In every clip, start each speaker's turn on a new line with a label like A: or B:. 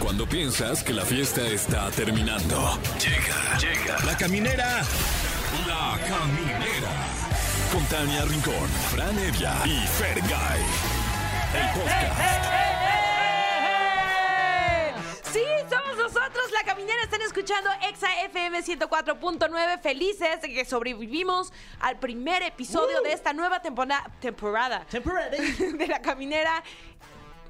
A: Cuando piensas que la fiesta está terminando. Llega, llega. La caminera. La caminera. Con Tania Rincón, Fran Evia y Fergay. El podcast.
B: Sí, somos nosotros, la caminera. Están escuchando Exa FM 104.9. Felices de que sobrevivimos al primer episodio
C: Uh.
B: de esta nueva temporada, temporada de la caminera.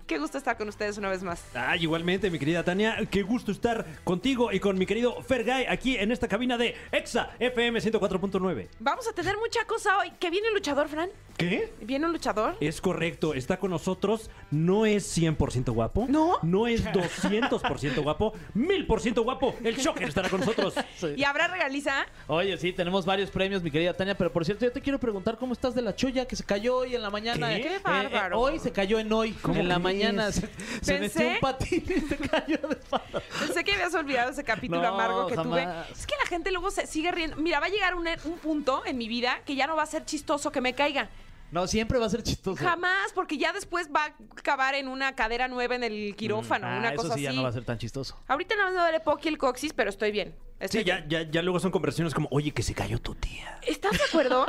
B: Qué gusto estar con ustedes una vez más.
D: Ah, igualmente, mi querida Tania, qué gusto estar contigo y con mi querido Fergay aquí en esta cabina de EXA FM 104.9.
B: Vamos a tener mucha cosa hoy. ¿Que viene un luchador, Fran?
D: ¿Qué?
B: ¿Viene un luchador?
D: Es correcto, está con nosotros, no es 100% guapo.
B: ¿No?
D: No es 200% guapo, 1000% guapo, el Shocker estará con nosotros.
B: ¿Y habrá regaliza?
C: Oye, sí, tenemos varios premios, mi querida Tania, pero por cierto, yo te quiero preguntar cómo estás de la cholla que se cayó hoy en la mañana. eh,
D: ¿Qué?
B: ¡Qué bárbaro!
C: hoy se cayó en hoy, en la
D: crees?
C: mañana. Se, se
B: Pensé-
C: metió un patín y se cayó de espalda.
B: Pensé que habías olvidado ese capítulo
C: No,
B: amargo que
C: jamás.
B: tuve. Es que la gente luego se sigue riendo. Mira, va a llegar un, un punto en mi vida que ya no va a ser chistoso que me caiga.
C: No, siempre va a ser chistoso.
B: Jamás, porque ya después va a acabar en una cadera nueva en
D: Mm,
B: el quirófano,
C: Ah,
B: una
C: eso
B: cosa
C: sí ya
B: así.
C: no va a ser tan chistoso.
B: Ahorita nada más me duele poqui el coxis, pero estoy bien. Estoy
D: Sí, ya,
B: bien.
D: ya, ya luego son conversaciones como, oye, que se cayó tu tía.
B: ¿Estás de acuerdo?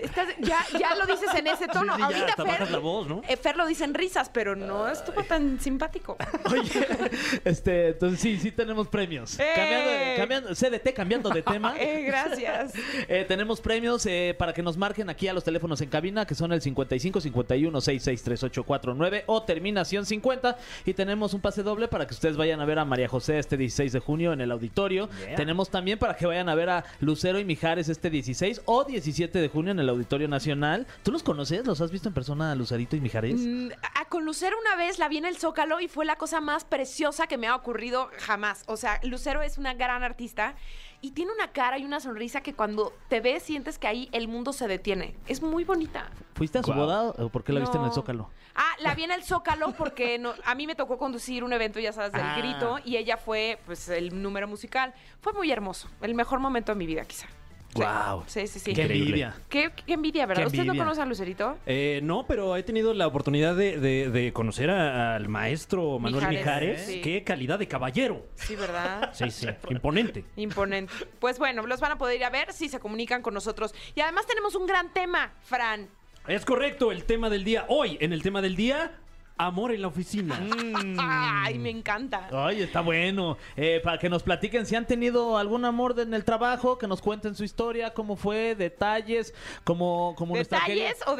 B: ¿Estás- ya, ya lo dices en ese
D: Sí,
B: tono.
D: sí, ya,
B: Ahorita
D: hasta
B: Fer,
D: bajas la voz, ¿no?
B: eh, Fer lo dice en risas, pero no estuvo tan simpático.
C: Oye, este, entonces sí, sí tenemos premios.
B: ¡Eh!
C: Cambiando, de- cambiando, CDT, cambiando de tema.
B: Eh, gracias.
C: Eh, tenemos premios eh, para que nos marquen aquí a los teléfonos en cabina, que son el 55 51 66 38 49 o terminación 50. Y tenemos un pase doble para que ustedes vayan a ver a María José este 16 de junio en el auditorio.
D: Yeah.
C: Tenemos también para que vayan a ver a Lucero y Mijares este 16 o 17 de junio en el Auditorio Nacional. ¿Tú los conoces? ¿Los has visto en persona, Lucerito y Mijares?
B: Mm, a con Lucero una vez la vi en el Zócalo y fue la cosa más preciosa que me ha ocurrido jamás. O sea, Lucero es una gran artista y tiene una cara y una sonrisa que cuando te ves sientes que ahí el mundo se detiene. Es muy bonita.
C: ¿Fuiste a su
D: Guau.
C: boda o por qué la viste en el
B: No.
C: Zócalo?
B: Ah, la vi en el Zócalo porque no- a mí me tocó conducir un evento, ya sabes, del
C: Ah.
B: grito y ella fue pues el número musical. Fue muy hermoso, el mejor momento de mi vida quizá. Sí.
C: Guau.
B: Sí, sí, sí.
C: ¡Qué
B: Qué,
C: envidia!
B: qué envidia, ¿verdad?
C: Qué
B: ¿Ustedes no
C: envidia.
B: conocen a Lucerito?
D: Eh, no, pero he tenido la oportunidad de, de- de conocer a- al maestro Manuel
B: Mijares,
D: Mijares.
B: sí.
D: Qué calidad de caballero.
B: Sí, ¿verdad?
D: Sí, sí, imponente.
B: Imponente. Pues bueno, los van a poder ir a ver si se comunican con nosotros. Y además tenemos un gran tema, Fran.
D: Es correcto, el tema del día. Hoy, en el tema del día, amor en la oficina.
C: Mm.
B: Ay, me encanta.
C: Ay, está bueno. Eh, para que nos platiquen si han tenido algún amor de- en el trabajo, que nos cuenten su historia, cómo fue, detalles, como, como nuestra
B: ¿Detalles
C: querida-
B: o
C: No,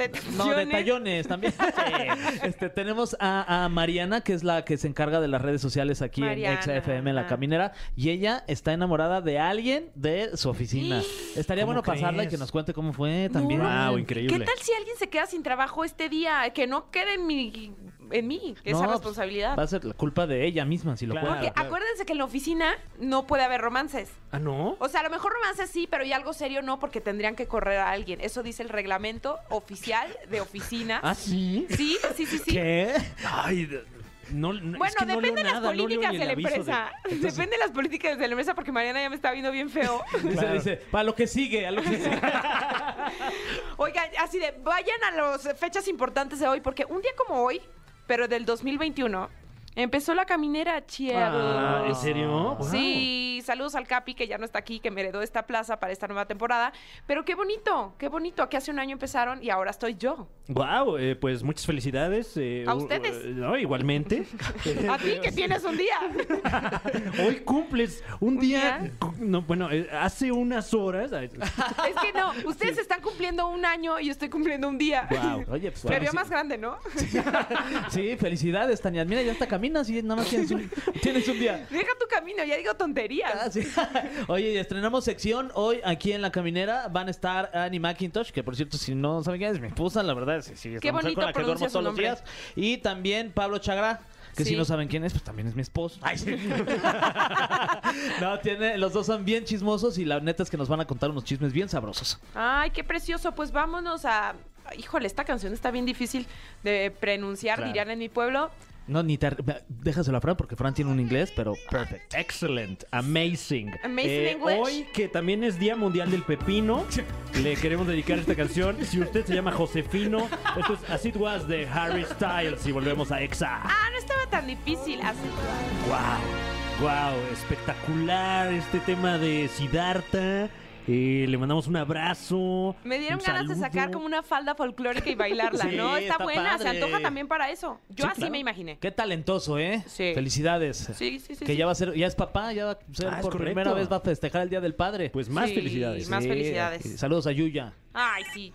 B: detallones?
C: detallones también. Este, tenemos a, a Mariana, que es la que se encarga de las redes sociales aquí
B: Mariana,
C: en XFM La
B: ajá.
C: Caminera, y ella está enamorada de alguien de su oficina. Estaría
D: ¿Cómo
C: bueno pasarla y
D: crees?
C: que nos cuente cómo fue también. Ah,
D: Wow,
C: No,
D: increíble.
B: ¿Qué tal si alguien se queda sin trabajo este día? Que no quede en, mi, en mí esa
C: pues,
B: responsabilidad.
C: Va a ser la culpa de ella misma si lo
D: Claro.
C: cuenta.
B: Porque acuérdense que en la oficina no puede haber romances.
D: ¿Ah, no?
B: O sea, a lo mejor romances sí, pero y algo serio no, porque tendrían que correr a alguien. Eso dice el reglamento oficial de oficinas.
C: ¿Ah, sí?
B: Sí, sí, sí, sí.
C: ¿Qué?
D: Ay, de- no, no, es
B: Bueno,
D: que no leo
B: depende de las
D: nada, no leo
B: políticas
D: ni el
B: de la
D: aviso
B: empresa. Depende de las políticas de la empresa porque Mariana ya me está viendo bien feo.
C: Dice,
D: Claro.
C: dice, para lo que sigue, a lo que sigue.
B: Oigan, así de, vayan a las fechas importantes de hoy porque un día como hoy, pero del 2021, empezó la caminera, chévere.
D: Ah, ¿en serio? Wow.
B: Sí, saludos al Capi que ya no está aquí, que me heredó esta plaza para esta nueva temporada. Pero qué bonito, qué bonito. Aquí hace un año empezaron y ahora estoy yo.
D: Wow, pues muchas felicidades. eh,
B: A
D: u-
B: ustedes.
D: u- no, igualmente.
B: A ti que tienes un día.
D: Hoy cumples un
B: ¿Un
D: día.
B: día?
D: cu- No, bueno, eh, hace unas horas. ay,
B: Es que no, ustedes están cumpliendo un año y yo estoy cumpliendo un día.
C: Guau. Oye, pues,
B: Me veo
C: felici-
B: más grande, ¿no?
C: Sí, felicidades, Tania. Mira, ya hasta caminas y nada más tienes un, tienes un día.
B: Deja tu camino, ya digo
C: Ah,
B: tonterías.
C: sí. Oye, y estrenamos sección hoy aquí en La Caminera. Van a estar Annie McIntosh, que por cierto, si no saben quién es mi esposa, la verdad, sí, sí, es
B: Qué
C: la mujer
B: bonito
C: con la que duermo
B: pronuncia
C: todos
B: su
C: los
B: nombre.
C: días. Y también Pablo Chagra, que
B: Sí.
C: si no saben quién es, pues también es mi esposo. Ay, sí. no, tiene, los dos son bien chismosos y la neta es que nos van a contar unos chismes bien sabrosos.
B: Ay, qué precioso. Pues vámonos a. Híjole, esta canción está bien difícil de pronunciar,
C: Claro.
B: dirían en mi pueblo.
C: No, ni tar... déjaselo a Fran porque Fran tiene un inglés, pero perfecto.
D: Excellent, amazing. Eh,
B: Amazing English.
D: Hoy, que también es Día Mundial del Pepino, le queremos dedicar esta canción. Si usted se llama Josefino, esto es As It Was de Harry Styles. Y volvemos a Exa.
B: Ah, no estaba tan difícil hacerlo.
D: ¡Wow! ¡Wow! Espectacular este tema de Siddhartha. Eh, le mandamos un abrazo.
B: Me dieron
D: un
B: ganas de
D: saludo.
B: sacar como una falda folclórica y bailarla,
C: Sí,
B: ¿no? Está,
C: está
B: buena, se
C: padre.
B: antoja también para eso.
C: Ah, Sí,
B: Yo así
C: claro.
B: me imaginé.
C: Qué talentoso, ¿eh?
B: Sí.
C: Felicidades.
B: Sí, sí, sí.
C: que
B: sí.
C: ya va a ser, ya es papá, ya va a ser
D: Ah, es
C: por
D: correcto.
C: primera vez va a festejar el Día del Padre.
D: Pues más
B: Sí,
D: felicidades.
B: más
C: Sí,
B: felicidades.
C: eh, Saludos a Yuya.
B: Ay, sí.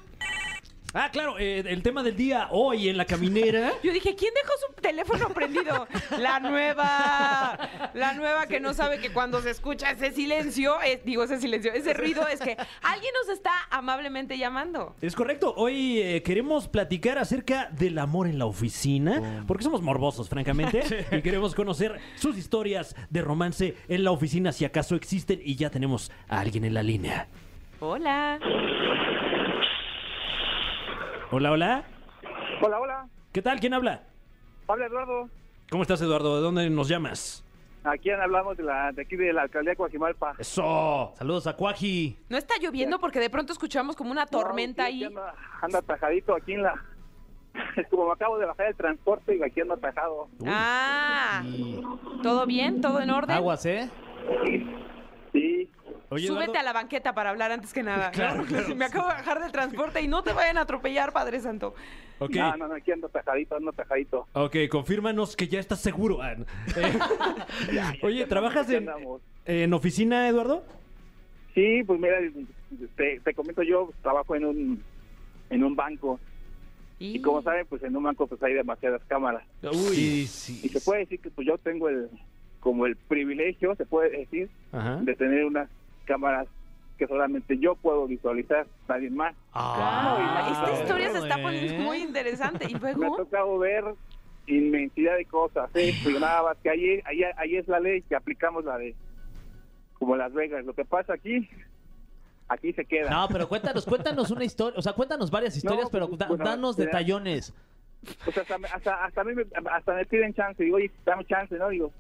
D: Ah, claro, eh, el tema del día hoy en la caminera.
B: Yo dije, ¿quién dejó su teléfono prendido? La nueva, la nueva que no sabe que cuando se escucha ese silencio, es- digo ese silencio, ese ruido es que alguien nos está amablemente llamando.
D: Es correcto, hoy eh, queremos platicar acerca del amor en la oficina, porque somos morbosos, francamente, y queremos conocer sus historias de romance en la oficina, si acaso existen, y ya tenemos a alguien en la línea.
B: Hola.
D: Hola, hola.
E: Hola, hola.
D: ¿Qué tal? ¿Quién habla?
E: Habla Eduardo.
D: ¿Cómo estás, Eduardo? ¿De dónde nos llamas?
E: Aquí hablamos de, la, de aquí de la alcaldía de Coajimalpa.
D: Eso.
C: Saludos a Cuaji.
B: No está lloviendo porque de pronto escuchamos como una tormenta
E: No, sí, aquí
B: ahí.
E: Anda, anda atajadito aquí en la... Como me acabo de bajar el transporte y aquí ando atajado.
B: Ah, ¿todo bien? ¿Todo en orden?
C: Aguas, ¿eh?
E: Sí.
D: Oye,
B: Súbete
D: Eduardo,
B: a la banqueta para hablar antes que nada.
D: Claro, claro.
B: Me acabo de bajar del transporte y no te vayan a atropellar, Padre Santo.
D: ok,
E: No, no, no, aquí ando atajadito, ando atajadito.
D: ok, confírmanos que ya estás seguro. Ah, no. Eh, Oye,
E: andamos,
D: ¿trabajas
E: ya
D: en,
E: andamos.
D: en oficina, Eduardo?
E: Sí, pues mira, te, te comento, yo trabajo en un en un banco y como saben, pues en un banco pues hay demasiadas cámaras.
C: Uy. Sí, sí.
E: Y se puede decir que pues yo tengo el como el privilegio, se puede decir,
D: Ajá.
E: de tener unas cámaras que solamente yo puedo visualizar, nadie más.
B: Ah,
C: Ah,
B: esta historia se está
C: ¿eh?
B: poniendo muy interesante. ¿Y
E: Me ha
B: luego?
E: tocado ver inmensidad de cosas, ¿eh? Pues nada más que ahí, ahí, ahí es la ley que aplicamos la de como Las Vegas. Lo que pasa aquí, aquí se queda.
C: No, pero cuéntanos, cuéntanos una historia, o sea, cuéntanos varias historias,
E: No,
C: pero
E: pues,
C: da-
E: bueno,
C: danos
E: mira.
C: detallones.
E: O sea, hasta, me- hasta, hasta a mí me, hasta me piden chance. Digo, oye, dame chance, ¿no? Digo,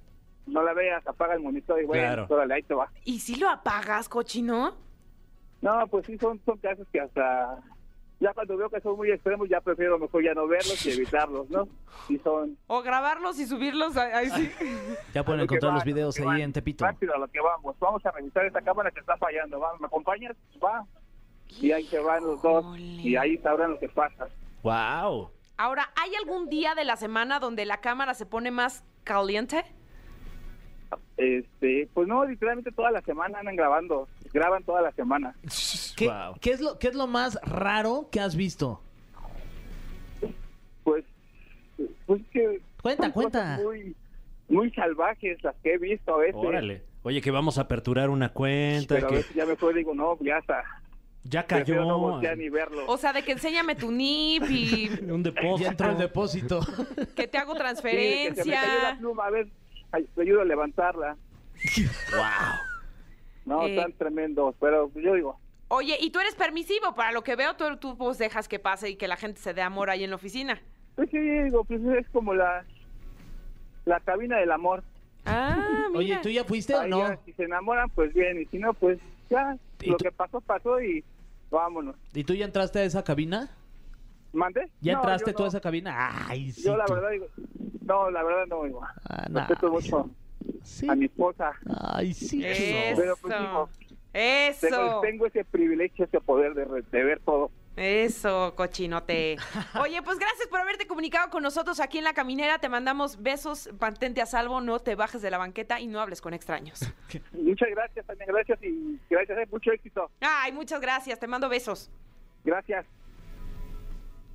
E: no la veas, apaga el monitor y bueno,
D: Claro.
E: órale, ahí te va.
B: ¿Y si lo apagas, cochino?
E: No, pues sí, son, son casos que hasta... Ya cuando veo que son muy extremos, ya prefiero mejor ya no verlos y evitarlos, ¿no? Y son...
B: O grabarlos y subirlos a- ahí sí.
C: Ya pueden
E: a lo que
C: encontrar los
E: van, a lo
C: videos
E: que
C: ahí
E: van.
C: en Tepito.
E: Rápido a lo que vamos. Vamos a revisar esta cámara que está fallando. Va, ¿Me acompañas? Va. Y ahí se van los dos.
B: Híjole.
E: Y ahí sabrán lo que pasa.
D: Wow.
B: Ahora, ¿hay algún día de la semana donde la cámara se pone más caliente?
E: Este, pues no, literalmente toda la semana andan grabando. Graban toda la semana.
C: ¿Qué,
D: Wow.
C: qué es lo, ¿Qué es lo más raro que has visto?
E: Pues, pues que...
C: Cuenta,
E: son cosas
C: cuenta.
E: Muy, muy salvajes las que he visto a veces.
D: Órale. Oye, que vamos a aperturar una cuenta,
E: Pero a
D: que
E: veces ya mejor digo, no, ya está.
D: ya cayó
E: Prefiero no voltear ni verlo.
B: O sea, de que enséñame tu NIP y
D: un
C: Ya entró el
D: depósito.
C: depósito.
B: que te
E: Sí, que se me cayó
B: hago
E: la
B: transferencia.
E: pluma, a ver, ay, te ayudo a levantarla.
D: wow.
E: No,
B: Eh.
E: tan tremendos, pero yo digo,
B: Oye, ¿y tú eres permisivo? Para lo que veo, tú, tú pues, dejas que pase y que la gente se dé amor ahí en la oficina.
E: Pues sí, digo, pues es como la, la cabina del amor.
B: Ah, mira.
C: Oye, ¿tú ya fuiste o
E: Ahí
C: no?
E: ya, si se enamoran, pues bien, y si no, pues ya,
C: ¿Y
E: lo
C: tú-
E: que pasó, pasó y vámonos.
C: ¿Y tú ya entraste a esa cabina?
E: ¿Mande?
C: ¿Ya
E: No,
C: entraste
E: yo
C: tú a
E: no.
C: esa cabina? Ay, sí.
E: Yo la
C: tú.
E: verdad digo, no, la verdad no, digo,
C: Ah, no.
E: respeto mucho
C: Sí.
E: a mi esposa,
C: Ay, sí.
B: Eso.
E: pero pues digo, tengo,
B: Eso.
E: tengo ese privilegio, ese poder de, re- de ver todo.
B: Eso, cochinote. Oye, pues gracias por haberte comunicado con nosotros aquí en la caminera. Te mandamos besos, mantente a salvo, no te bajes de la banqueta y no hables con extraños.
E: Muchas gracias, también gracias y gracias, eh, mucho éxito.
B: Ay, muchas gracias, te mando besos.
E: Gracias.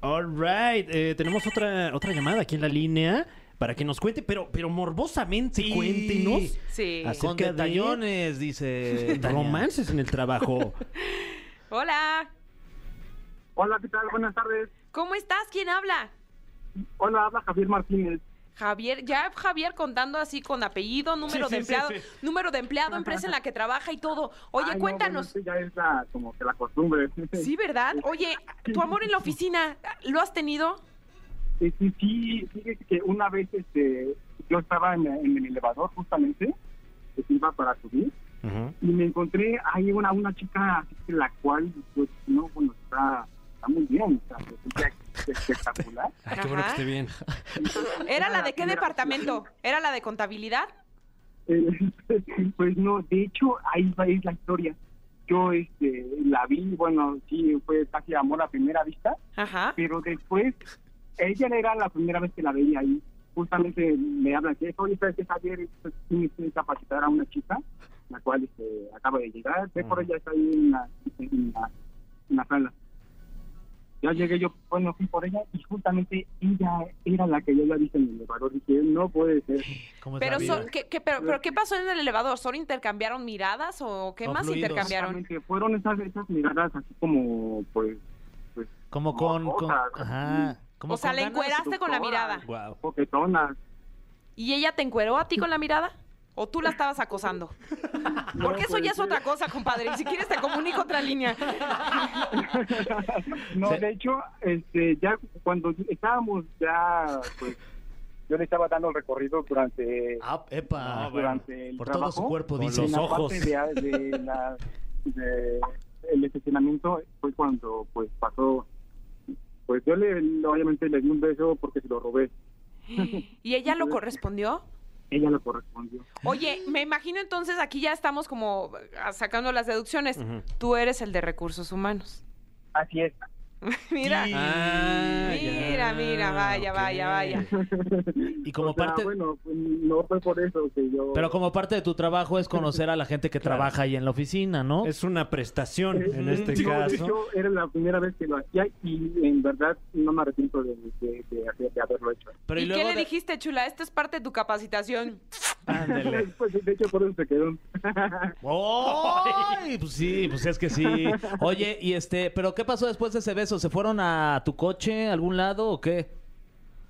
D: All right. eh, tenemos otra, otra llamada aquí en la línea para que nos cuente, pero, pero morbosamente
C: Sí.
D: cuéntenos
B: Sí.
D: Así-
C: Con
D: Cerca de-
C: detallones, dice. Eh, Tania.
D: romances en el trabajo.
B: Hola,
E: Hola, ¿qué tal? Buenas tardes.
B: ¿cómo estás? ¿Quién habla?
E: Hola, habla Javier Martínez.
B: Javier, ya Javier contando así con apellido, número
D: Sí, sí,
B: de empleado,
D: sí, sí.
B: número de empleado, empresa en la que trabaja y todo. Oye,
E: Ay, no,
B: cuéntanos.
E: bueno, eso ya es la, como que la costumbre.
B: Sí, ¿verdad? Oye, tu amor en la oficina, ¿lo has tenido?
E: Sí, sí, sí, fíjese que una vez este, yo estaba en, en el elevador justamente, que iba para subir,
D: Ujú.
E: y me encontré ahí una, una chica, la cual, pues, no, bueno, está, está muy bien, o sea, pues, ella
F: espectacular.
D: Ay, qué bueno que
B: Ajá.
D: esté bien.
B: ¿Era la de qué departamento? ¿Era la de contabilidad?
F: pues no, de hecho, ahí va- es la historia. Yo este, la vi, bueno, sí, fue casi amor a primera vista,
B: Ajá.
F: pero después, ella era la primera vez que la veía ahí. Justamente me hablan que, oye, ¿sabes qué, Javier? Pues, Tienes que capacitar a una chica, la cual este, acaba de llegar. Ve por ella, está ahí en la, en la- en la sala. Ya llegué yo, bueno, fui por ella y justamente ella era la que yo había visto en el elevador. Dije, no puede ser.
C: ¿Cómo es la
B: Pero,
C: vida?
B: son- ¿qué, qué- pero, pero ¿qué pasó en el elevador? ¿Solo intercambiaron miradas o qué
C: O
B: más
C: fluidos.
B: intercambiaron?
F: Exactamente, fueron esas, esas miradas así como, pues, pues
C: Como con... con-
F: Morbosa,
C: Ajá. Como
B: O sea,
C: con
B: la
C: ganas.
B: encueraste con la
F: seductoras.
B: mirada.
D: Wow.
F: coquetonas.
B: ¿Y ella te encueró a ti con la mirada? ¿O tú la estabas acosando? Porque eso ya es otra cosa, compadre. Y si quieres te comunico otra línea.
F: No,
C: Se-
F: de hecho, este, ya cuando estábamos ya, pues, yo le estaba dando el recorrido durante,
G: Ah, epa.
D: No, bueno.
F: durante el
G: Por todo
F: trabajo.
G: su cuerpo,
D: Con
G: dice.
D: los
F: en la
D: ojos.
F: parte de, de la- de el estacionamiento fue cuando, pues, pasó, pues, yo le, obviamente le di un beso porque se lo robé.
B: ¿Y ella lo correspondió?
F: Ella lo correspondió.
B: Oye, me imagino entonces aquí ya estamos como ah, sacando las deducciones. Tú eres el de recursos humanos.
F: Así es.
B: Mira,
G: Y-
D: Ah,
B: mira, mira, vaya, vaya, vaya.
C: Y como
F: O sea,
C: parte...
F: Bueno, pues, no fue por eso que yo...
C: Pero como parte de tu trabajo es conocer a la gente que
D: Claro.
C: trabaja ahí en la oficina, ¿no?
D: Es una prestación en este
F: Sí, de
D: caso.
F: hecho, era la primera vez que lo hacía y en verdad no me arrepiento de, de- de hacer- de haberlo hecho.
C: Pero
B: ¿Y qué le
C: de-
B: dijiste, chula? Esta es parte de tu capacitación.
C: Ándale.
F: Pues, de hecho, por eso se quedó.
C: ¡Ay! Pues sí, pues es que sí. Oye, y este, ¿pero qué pasó después de ese beso? ¿Se fueron a tu coche, a algún lado o qué?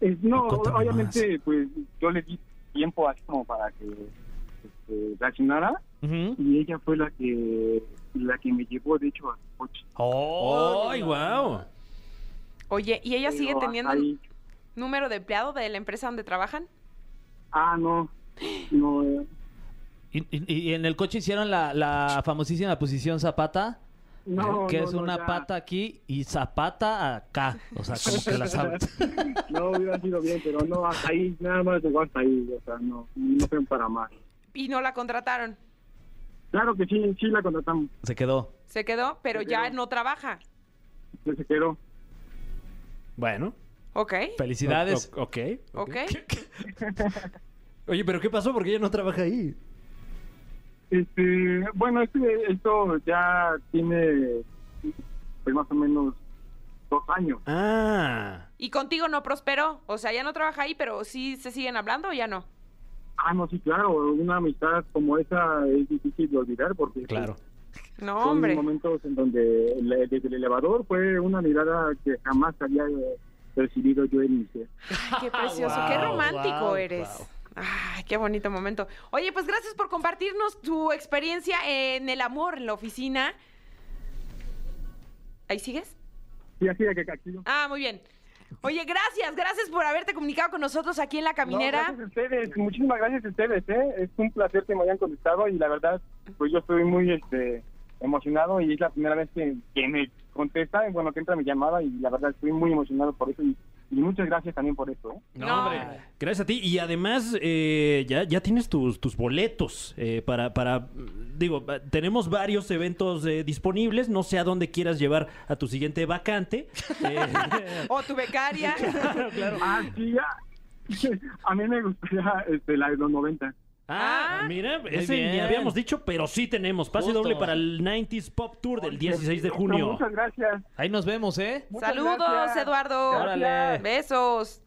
F: Es- no,
G: Cuéntame
F: obviamente, pues yo le di tiempo así como para que este, reaccionara
C: Ujú.
F: y ella fue la que la que me llevó, de hecho, a su coche.
C: Oh,
D: ¡Ay, wow!
B: Oye, ¿y ella sigue
F: Pero
B: teniendo
F: ahí-
B: número de empleado de la empresa donde trabajan?
F: Ah, no. No, eh,
C: Y, y- y en el coche hicieron la, la famosísima posición zapata, eh,
F: no,
C: que
F: no,
C: es
F: no,
C: una
F: ya.
C: pata aquí y zapata acá. O sea, como que la sabes.
F: No hubiera sido bien, pero no, hasta ahí, nada más llegó hasta ahí, o sea, no, no fue para más.
B: Y no la contrataron.
F: Claro que sí, sí la contratamos,
C: Se quedó.
B: Se quedó, pero ya
F: Pero-
B: no trabaja.
F: pero se quedó.
D: Bueno.
B: Ok,
C: Felicidades.
D: O- o- ok.
B: ok.
D: Oye, pero ¿qué pasó? Porque ella no trabaja ahí.
F: Este, bueno, este, esto ya tiene pues, más o menos dos años.
D: Ah.
B: ¿Y contigo no prosperó? O sea, ya no trabaja ahí, pero sí se siguen hablando o ya no.
F: Ah, no, sí, claro, una amistad como esa es difícil de olvidar porque
D: Claro.
B: No,
F: son
B: hombre.
F: momentos en donde le- desde el elevador fue una mirada que jamás había eh, recibido yo en mi ser.
B: Qué precioso, qué
C: Guau,
B: romántico
C: guau,
B: eres.
C: guau.
B: Ay, qué bonito momento. Oye, pues gracias por compartirnos tu experiencia en el amor en la oficina. ¿Ahí sigues?
F: Sí, así de que aquí.
B: Ah, muy bien. Oye, gracias, gracias por haberte comunicado con nosotros aquí en la
F: No,
B: caminera.
F: gracias a ustedes, muchísimas gracias a ustedes, ¿eh? Es un placer que me hayan contestado y la verdad, pues yo estoy muy este, emocionado y es la primera vez que, que me contesta, bueno, que entra mi llamada y la verdad estoy muy emocionado por eso y, y muchas gracias también por eso, ¿eh?
D: No,
B: No.
D: hombre. Gracias a ti. Y además, eh, ya, ya tienes tus, tus boletos eh, para, para. mm, Digo, va- tenemos varios eventos eh, disponibles. No sé a dónde quieras llevar a tu siguiente vacante. Eh,
B: O tu becaria.
F: Ah, sí, ah, a mí me gustaría este, la de los 90.
D: Ah,
B: Ah,
D: mira, ese ni
C: bien.
D: habíamos dicho, pero sí tenemos pase
C: Justo.
D: doble para el 90s Pop Tour del 16 de junio.
F: Muchas gracias.
C: Ahí nos vemos, ¿eh?
F: muchas
B: Saludos,
F: gracias.
B: Eduardo.
C: Órale.
B: Besos.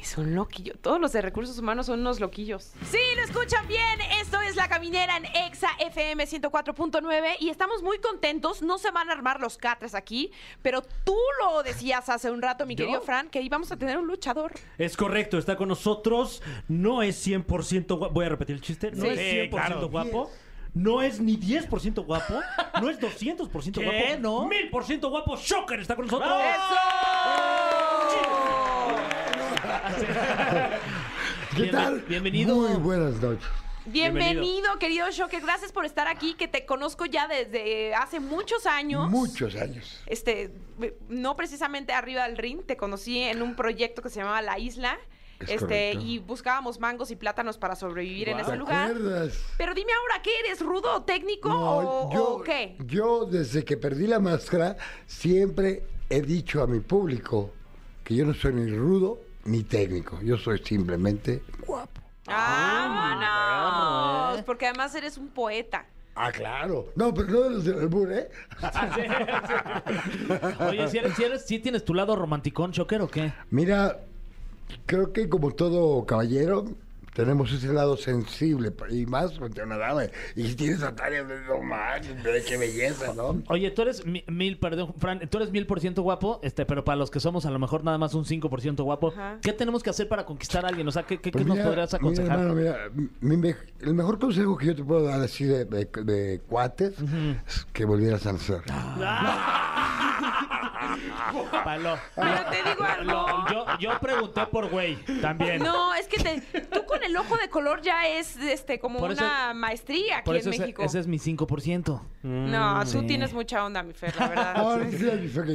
B: Es un loquillo. Todos los de recursos humanos son unos loquillos. Sí, lo escuchan bien. Esto es La Caminera en Exa FM 104.9 y estamos muy contentos. No se van a armar los catres aquí, pero tú lo decías hace un rato, mi
D: ¿Yo?
B: querido Fran, que íbamos a tener un luchador.
D: Es correcto, está con nosotros. No es 100% guapo. Voy a repetir el chiste. No
G: Sí.
D: es 100%
G: Sí, claro.
D: guapo. No es ni 10% guapo. No es 200%
C: ¿Qué?
D: guapo.
C: ¿No?
D: 1000% guapo. Shocker está con nosotros.
B: ¡Oh! ¡Eso!
G: ¿Qué
C: Bienve-
G: tal?
C: bienvenido.
G: Muy buenas noches.
B: Bienvenido, querido Shocker. Gracias por estar aquí, que te conozco ya desde hace muchos años.
G: Muchos años.
B: Este, no precisamente arriba del ring, te conocí en un proyecto que se llamaba La Isla.
G: Es
B: este,
G: correcto.
B: y buscábamos mangos y plátanos para sobrevivir en
C: Guau.
G: ¿Te
B: ese lugar.
G: acuerdas?
B: Pero dime ahora, ¿qué eres? ¿Rudo técnico
G: No,
B: o,
G: yo,
B: o qué?
G: Yo, desde que perdí la máscara, siempre he dicho a mi público que yo no soy ni rudo ni técnico. Yo soy simplemente guapo.
B: ¡Ah,
C: vamos, eh.
B: Porque además eres un poeta.
G: Ah, claro. No, pero no de los del albur, ¿eh?
C: Oye, si eres, si eres- ¿sí tienes tu lado romanticón, Shocker, o qué?
G: Mira, creo que como todo caballero, tenemos ese lado sensible y más contra una dama. Y si tienes a Tania, no manches, qué belleza, ¿no?
C: Oye, tú eres mi- mil, perdón, Fran, tú eres mil por ciento guapo, este, pero para los que somos a lo mejor nada más un 5% guapo,
B: Ajá.
C: ¿qué tenemos que hacer para conquistar a alguien? O sea, ¿qué, qué- qué
G: Pues
C: nos
G: mira,
C: podrías
G: mira,
C: aconsejar?
G: hermano, mira, mi me- el mejor consejo que yo te puedo dar así de, de- de cuates es que volvieras a nacer.
C: Ah,
B: Ah.
C: Palo.
B: Pero te digo algo.
C: Lo- Ah. yo, yo pregunté por güey también.
B: No, es que te- tú con el ojo de color ya es este como
C: Por eso-
B: una maestría aquí
C: por eso
B: en
C: ese,
B: México.
C: ese es e. mi 5%.
B: No, tú
G: Mm,
C: sí.
B: tienes mucha onda, mi Fer, la
G: Ah,
B: verdad.
G: sí, sí, sí, ok.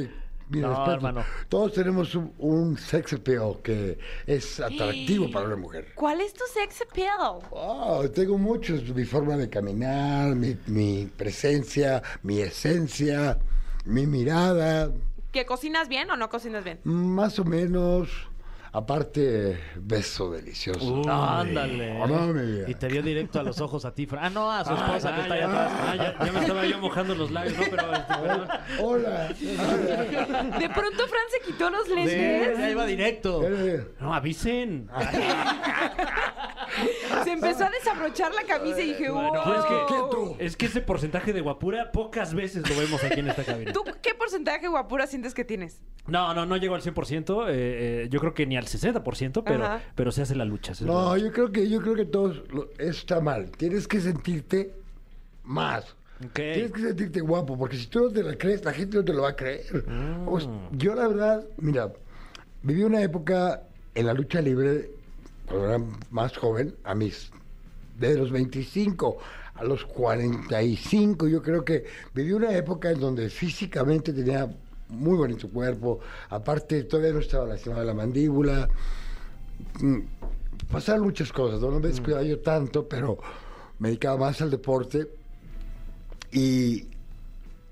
G: Mira,
C: No,
G: espérate.
C: hermano.
G: Todos tenemos un, un sex appeal que es atractivo para una mujer.
B: ¿Cuál es tu sex appeal?
G: Oh, tengo muchos, mi forma de caminar, mi, mi presencia, mi esencia, mi mirada,
B: ¿Que cocinas bien o no cocinas bien?
G: más o menos, aparte, beso delicioso.
C: Uh. Ándale.
G: Oh, no, mi vida.
C: Y te vio directo a los ojos a ti, Fran. Ah, no, a su esposa que está allá
D: Ah,
C: atrás.
D: ya, ya me estaba yo mojando los labios, ¿no? Pero, este, perdón.
G: Hola.
B: De pronto Fran se quitó los
C: Sí, ya
B: lentes,
C: iba directo.
G: Eh,
D: No, avisen.
G: Ah,
B: se empezó a desabrochar la camisa y dije, wow.
D: Bueno, Pues es que-
G: tú?
D: Es que ese porcentaje de guapura pocas veces lo vemos aquí en esta cabina.
B: ¿Tú qué porcentaje de guapura sientes que tienes?
D: No, no, no llegó al 100%. eh, eh, yo creo que ni al 60%, pero,
B: Ajá.
D: pero se hace la lucha. se hace la
G: No,
D: lucha.
G: yo creo que yo creo que todo lo- está mal. Tienes que sentirte más.
D: Ok.
G: Tienes que sentirte guapo, porque si tú no te la crees, la gente no te lo va a creer. O s- yo la verdad, mira, viví una época en la lucha libre, cuando era más joven, a mis de los 25 a los 45, yo creo que viví una época en donde físicamente tenía muy bonito cuerpo, aparte todavía no estaba lastimada la mandíbula, mm, pasaron muchas cosas, ¿no? No me descuidaba yo tanto, pero me dedicaba más al deporte y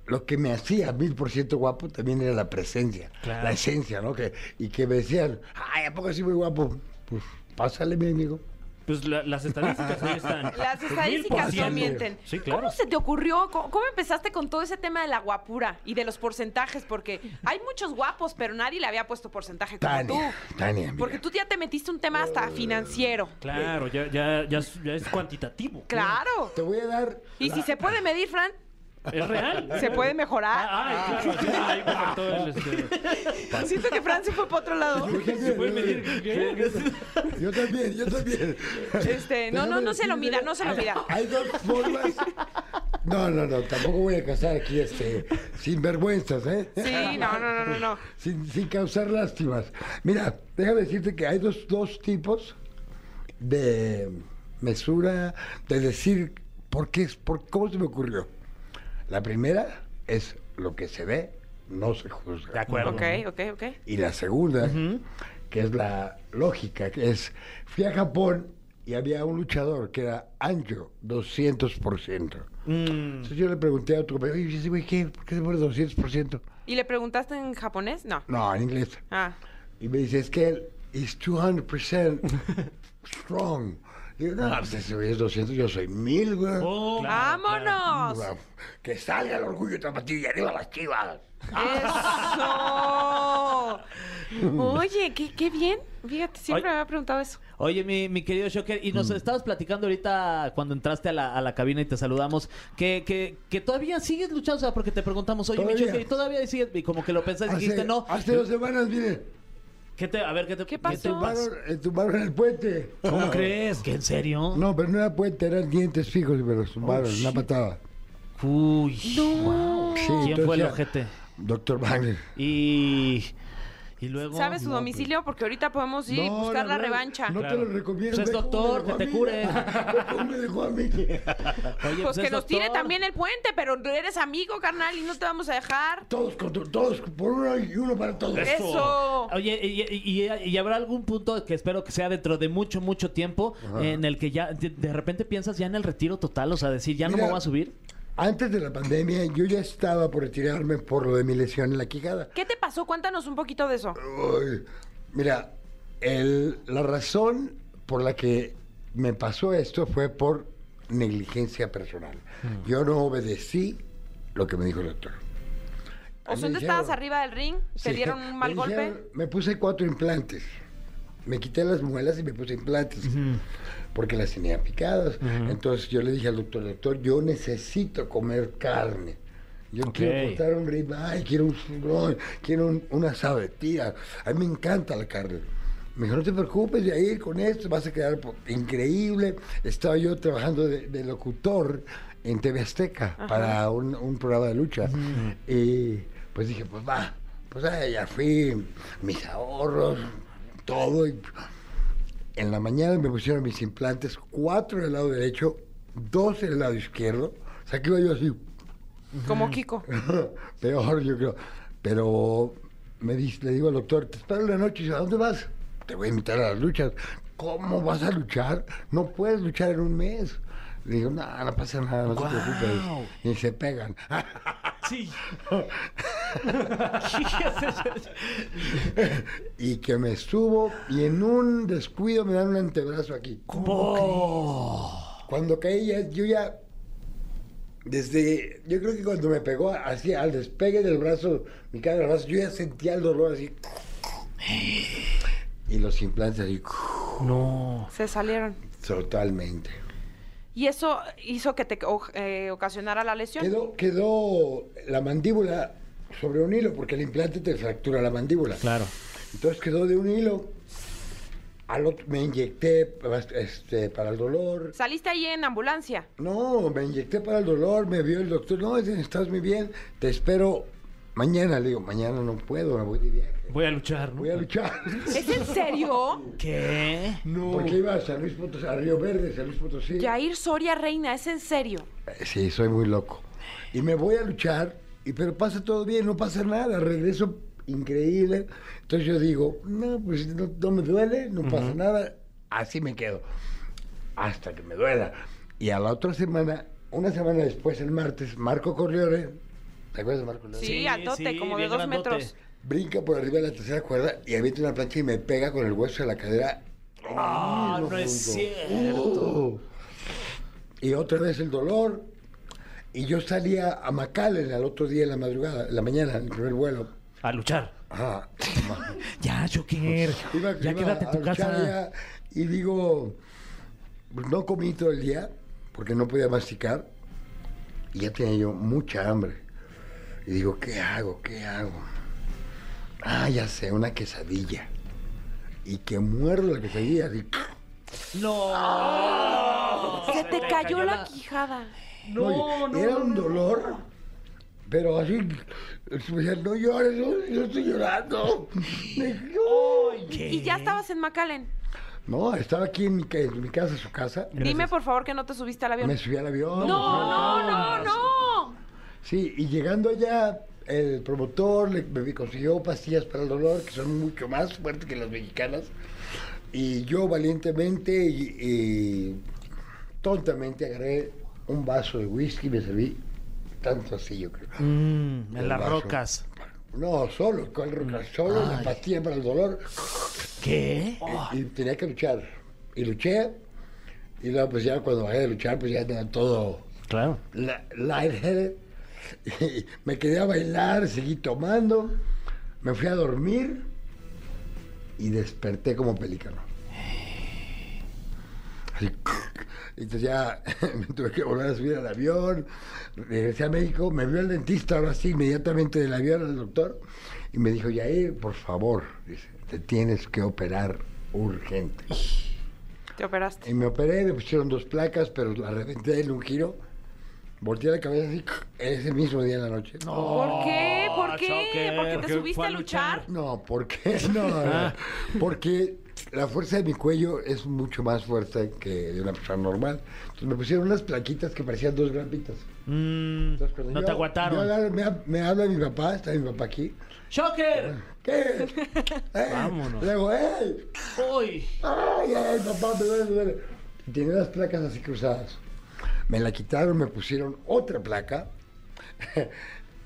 G: lo que me hacía mil por ciento guapo también era la presencia,
D: Claro.
G: la esencia, ¿no? Que, y que me decían, ay, ¿a poco sí muy guapo? Pues pásale, mi amigo.
D: Pues la- las estadísticas ahí están.
B: Las
D: Pues,
B: estadísticas
D: 1000%.
B: no mienten.
D: Sí, claro.
B: ¿Cómo se te ocurrió? ¿Cómo, cómo empezaste con todo ese tema de la guapura y de los porcentajes? Porque hay muchos guapos, pero nadie le había puesto porcentaje como
G: Tania,
B: tú.
G: Tania, mira.
B: Porque tú ya te metiste un tema hasta financiero.
D: Claro, ya, ya, ya, es- ya es cuantitativo.
B: Claro.
G: Te voy a dar
B: Y si se puede medir, Fran,
D: Es real.
B: se puede mejorar.
D: Ah, ay, claro. sí, ahí me faltó el, este,
B: Siento que Fran se fue para otro lado.
D: ¿Se puede medir qué?
G: Yo también, yo también.
B: Este, no, no, no se lo mida,
G: mira
B: no se lo mida.
G: Hay dos formas. No, no, no, tampoco voy a casar aquí este, sin vergüenzas, ¿eh?
B: Sí, no, no, no, no, no.
G: Sin, sin causar lástimas. Mira, déjame decirte que hay dos, dos tipos de mesura, de decir por qué, es- por, cómo se me ocurrió. La primera es lo que se ve, no se juzga.
B: Ok, ok, ok.
G: Y la segunda, que es la lógica, que es, fui a Japón y había un luchador que era Anjo, 200%. Entonces yo le pregunté a otro compañero, oye, ese güey, ¿qué? ¿Por qué se muere 200%?
B: ¿Y le preguntaste en japonés? No.
G: No, en inglés.
B: Ah.
G: Y me dice, es que él es 200% strong. Digo, no, pues ese güey es 200, yo soy 1000, güey.
C: Oh,
B: ¡Vámonos!
G: Guau, Que salga el orgullo tapatío y arriba las chivas.
B: ¡Eso! Oye, qué, qué bien. Fíjate, siempre
C: Ay.
B: me había preguntado eso.
C: Oye, mi, mi querido Shocker, y nos estabas platicando ahorita cuando entraste a la, a la cabina y te saludamos, que, que, que todavía sigues luchando, o sea, porque te preguntamos, oye, mi
G: Todavía.
C: Shocker, y todavía sigues, y como que lo pensaste y dijiste,
G: Hace,
C: no,
G: hace dos semanas, mire,
C: ¿qué te, a ver, ¿qué te
B: ¿Qué
C: qué
B: pasó?
C: te
G: tumbaron, eh, tumbaron el puente. Ah,
C: ¿Cómo crees? ¿Que en serio?
G: No, pero no era puente, eran dientes fijos, y me los
C: Oh,
G: tumbaron, una patada.
C: Uy, wow.
G: Sí,
C: ¿Quién
G: entonces
C: fue el
G: ya-
C: ojete?
G: Doctor Wagner.
C: Y... Y luego.
B: ¿Sabe su
C: No,
B: domicilio? Porque ahorita podemos ir
G: No,
B: buscar la
G: verdad,
B: revancha.
G: No
C: Claro.
G: te lo recomiendo.
C: Pues
G: ve
C: es
G: cómo
C: doctor,
G: me dejó
C: que
G: a
C: te
G: mí.
C: cure.
G: Ve cómo me dejó a mí.
C: pues, oye,
B: Pues que
C: es
B: nos tire
C: doctor.
B: también el puente, pero eres amigo, carnal, y no te vamos a dejar.
G: Todos, contra- todos por uno y uno para todos.
B: Eso.
C: Oye, y, y- y- y habrá algún punto que espero que sea dentro de mucho, mucho tiempo en el que ya de, de repente piensas ya en el retiro total, o sea, decir, ya no
G: Mira.
C: me voy a subir.
G: Antes de la pandemia yo ya estaba por retirarme por lo de mi lesión en la quijada.
B: ¿Qué te pasó? Cuéntanos un poquito de eso.
G: Uy, mira, el- la razón por la que me pasó esto fue por negligencia personal. Yo no obedecí lo que me dijo el doctor.
B: O sea,
G: Me
B: tú
G: dijeron-
B: estabas arriba del ring, te
G: Sí.
B: dieron un mal
G: Me dijeron-
B: golpe.
G: Me puse cuatro implantes. Me quité las muelas y me puse implantes. Porque las tenía picadas. Entonces yo le dije al doctor, doctor, yo necesito comer carne. Yo quiero cortar un ribeye, quiero un sirloin, quiero un- una sabatilla. A mí me encanta la carne. Me dijo, no te preocupes de ir con esto, vas a quedar po- increíble. Estaba yo trabajando de, de locutor en TV Azteca para un, un programa de lucha. Y pues dije, pues va, pues ahí ya fui, mis ahorros, todo. y- en la mañana me pusieron mis implantes, cuatro en el lado derecho, dos en el lado izquierdo. O sea, que iba yo así,
B: Como Kiko.
G: peor yo creo. Pero me dice, le digo al doctor, te espero en la noche, Y dice, ¿a dónde vas? Te voy a invitar a las luchas. ¿Cómo vas a luchar? No puedes luchar en un mes. Le digo, no, no pasa nada, no te preocupes. Y se pegan.
C: Sí.
G: y que me subo y en un descuido me dan un antebrazo aquí. Cuando caí, ya- yo ya. Desde. Yo creo que cuando me pegó así al despegue del brazo, mi cara del brazo, yo ya sentía el dolor así. Y los implantes así.
B: Se salieron.
G: Totalmente.
B: ¿Y eso hizo que te o- eh, ocasionara la lesión?
G: Quedó, quedó la mandíbula sobre un hilo, porque el implante te fractura la mandíbula.
C: Claro.
G: Entonces quedó de un hilo. Al otro, me inyecté este, para el dolor.
B: Saliste ahí en ambulancia.
G: No, me inyecté para el dolor, me vio el doctor, no, dice, estás muy bien, te espero mañana, le digo, mañana no puedo, me voy de viaje,
D: Voy a luchar, ¿no?
G: voy a luchar.
B: ¿Es en serio?
C: ¿Qué?
G: No. Porque iba a San Luis Potosí, a Río Verde, San Luis Potosí.
B: Jair Soria Reina, ¿es en serio?
G: Eh, Sí, soy muy loco. Y me voy a luchar, y pero pasa todo bien, no pasa nada, regreso increíble. Entonces yo digo, no, pues no, no me duele, no pasa nada, así me quedo. Hasta que me duela. Y a la otra semana, una semana después, el martes, Marco Corleone, ¿te acuerdas de Marco Corleone?
B: Sí, altote, como de
C: bien
B: dos
C: grandote.
B: metros.
G: Brinca por arriba de la tercera cuerda y avienta una plancha y me pega con el hueso de la cadera.
C: Ah, no es cierto.
G: Uh. Y otra vez el dolor. Y yo salía a McAllen al otro día en la madrugada, en la mañana, en el primer vuelo.
D: A luchar.
G: Ajá.
C: Ya, Joker.
G: Iba-
C: ya
G: iba
C: quédate en
G: a
C: tu
G: luchar ya,
C: casa.
G: y digo, pues, no comí todo el día porque no podía masticar. Y ya tenía yo mucha hambre. Y digo, ¿qué hago? ¿Qué hago? Ah, ya sé, una quesadilla. Y que muerdo la quesadilla. así,
C: No.
B: Se te cayó la quijada.
G: No, y Era un dolor, pero así. me decían, no llores, no, yo estoy llorando.
B: Y- Y ya estabas en McAllen.
G: No, estaba aquí en mi, ca- en mi casa, su casa.
B: Dime, por favor, que no te subiste al avión.
G: Me subí al avión.
B: No, no, no, no.
G: Sí, y llegando allá, el promotor le, me consiguió pastillas para el dolor, que son mucho más fuertes que las mexicanas. Y yo valientemente y, y tontamente agarré un vaso de whisky y me serví tanto así, yo creo.
C: Mm, en
G: El
C: las
G: vaso.
C: rocas.
G: No, solo, con roca, solo la pastilla para el dolor.
C: ¿Qué?
G: Y tenía que luchar. Y luché. Y luego, pues ya cuando bajé de luchar, pues ya tenía todo
C: Claro.
G: la- lightheaded. Y me quedé a bailar, seguí tomando. Me fui a dormir. Y desperté como pelícano. Así, Entonces ya me tuve que volver a subir al avión, regresé a México, me vio el dentista ahora sí, inmediatamente del avión al doctor, y me dijo, Yair, por favor, dice, te tienes que operar urgente.
B: Te operaste.
G: Y me operé, me pusieron dos placas, pero la reventé en un giro, volteé la cabeza así, ese mismo día en la noche.
B: ¿Por qué? ¿Por qué?
C: Choker,
B: ¿Porque te
C: porque
B: subiste
C: fue
B: a
C: a
B: luchar?
G: No, ¿por qué? No,
C: Ah.
G: no, porque la fuerza de mi cuello es mucho más fuerte que de una persona normal. Entonces me pusieron unas plaquitas que parecían dos grampitas.
C: Mm,
G: Entonces, cuando
C: no
G: yo-
C: te aguantaron.
G: yo hablo- me, ha- me habla mi papá, está mi papá aquí.
C: ¡Shocker!
G: ¿Qué? Eh,
D: Vámonos.
G: Luego, ¡ey!
C: ¡Uy!
G: ¡Ay, ay, papá, me duele, me duele! Y Tenía las placas así cruzadas. Me la quitaron, me pusieron otra placa